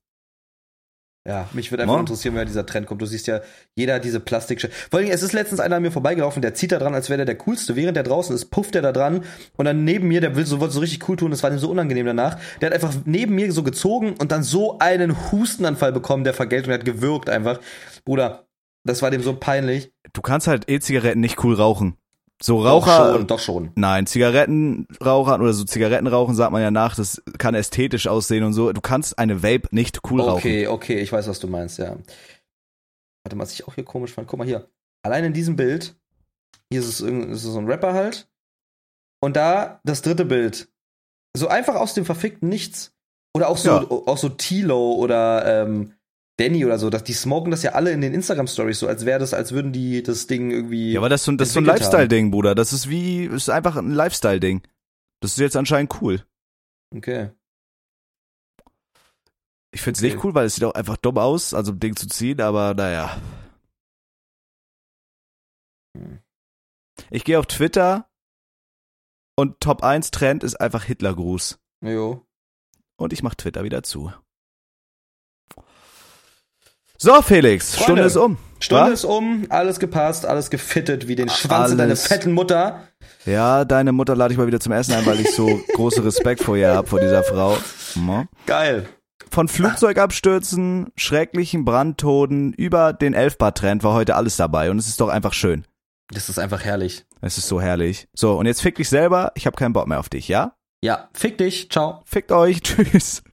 [SPEAKER 2] Ja, mich würde einfach
[SPEAKER 1] Mann.
[SPEAKER 2] interessieren, wer dieser Trend kommt. Du siehst ja, jeder hat diese Plastikschä. Vor allem, es ist letztens einer an mir vorbeigelaufen, der zieht da dran, als wäre der der coolste. Während der draußen ist, pufft der da dran. Und dann neben mir, der will so, wollte so richtig cool tun, das war ihm so unangenehm danach. Der hat einfach neben mir so gezogen und dann so einen Hustenanfall bekommen, der Vergeltung, der hat gewürgt einfach. Bruder, das war dem so peinlich.
[SPEAKER 1] Du kannst halt E-Zigaretten nicht cool rauchen. So
[SPEAKER 2] Doch
[SPEAKER 1] Raucher.
[SPEAKER 2] schon, doch schon.
[SPEAKER 1] Nein, Zigarettenrauchern oder so Zigarettenrauchen sagt man ja nach, das kann ästhetisch aussehen und so. Du kannst eine Vape nicht cool rauchen.
[SPEAKER 2] Okay, okay, ich weiß, was du meinst, ja. Warte mal, was ich auch hier komisch fand. Guck mal hier. Allein in diesem Bild, hier ist es, irgend- ist es so ein Rapper halt. Und da das dritte Bild. So einfach aus dem verfickten Nichts. Oder auch so,
[SPEAKER 1] Ja.
[SPEAKER 2] auch so Tilo oder ähm, Danny oder so. Dass die smoken das ja alle in den Instagram-Stories so, als wäre das, als würden die das Ding irgendwie.
[SPEAKER 1] Ja, aber das ist so, das ist so ein
[SPEAKER 2] entwickelt haben.
[SPEAKER 1] Lifestyle-Ding, Bruder. Das ist wie, ist einfach ein Lifestyle-Ding. Das ist jetzt anscheinend cool.
[SPEAKER 2] Okay.
[SPEAKER 1] Ich finde es
[SPEAKER 2] Okay.
[SPEAKER 1] nicht cool, weil es sieht auch einfach dumm aus, also um Ding zu ziehen, aber naja.
[SPEAKER 2] Hm.
[SPEAKER 1] Ich gehe auf Twitter und Top 1 Trend ist einfach Hitlergruß.
[SPEAKER 2] Jo.
[SPEAKER 1] Und ich mache Twitter wieder zu. So, Felix,
[SPEAKER 2] Freunde.
[SPEAKER 1] Stunde ist um.
[SPEAKER 2] Stunde
[SPEAKER 1] Was?
[SPEAKER 2] ist um, alles gepasst, alles gefittet, wie den Schwanz in deiner
[SPEAKER 1] alles.
[SPEAKER 2] fetten Mutter.
[SPEAKER 1] Ja, deine Mutter lade ich mal wieder zum Essen ein, weil ich so großen Respekt vor ihr habe, vor dieser Frau. Mhm.
[SPEAKER 2] Geil.
[SPEAKER 1] Von Flugzeugabstürzen, schrecklichen Brandtoden über den Elfbar-Trend war heute alles dabei und es ist doch einfach schön.
[SPEAKER 2] Das ist einfach herrlich.
[SPEAKER 1] Es ist so herrlich. So, und jetzt fick dich selber, ich habe keinen Bock mehr auf dich, ja?
[SPEAKER 2] Ja, fick dich. Ciao.
[SPEAKER 1] Fickt euch, tschüss.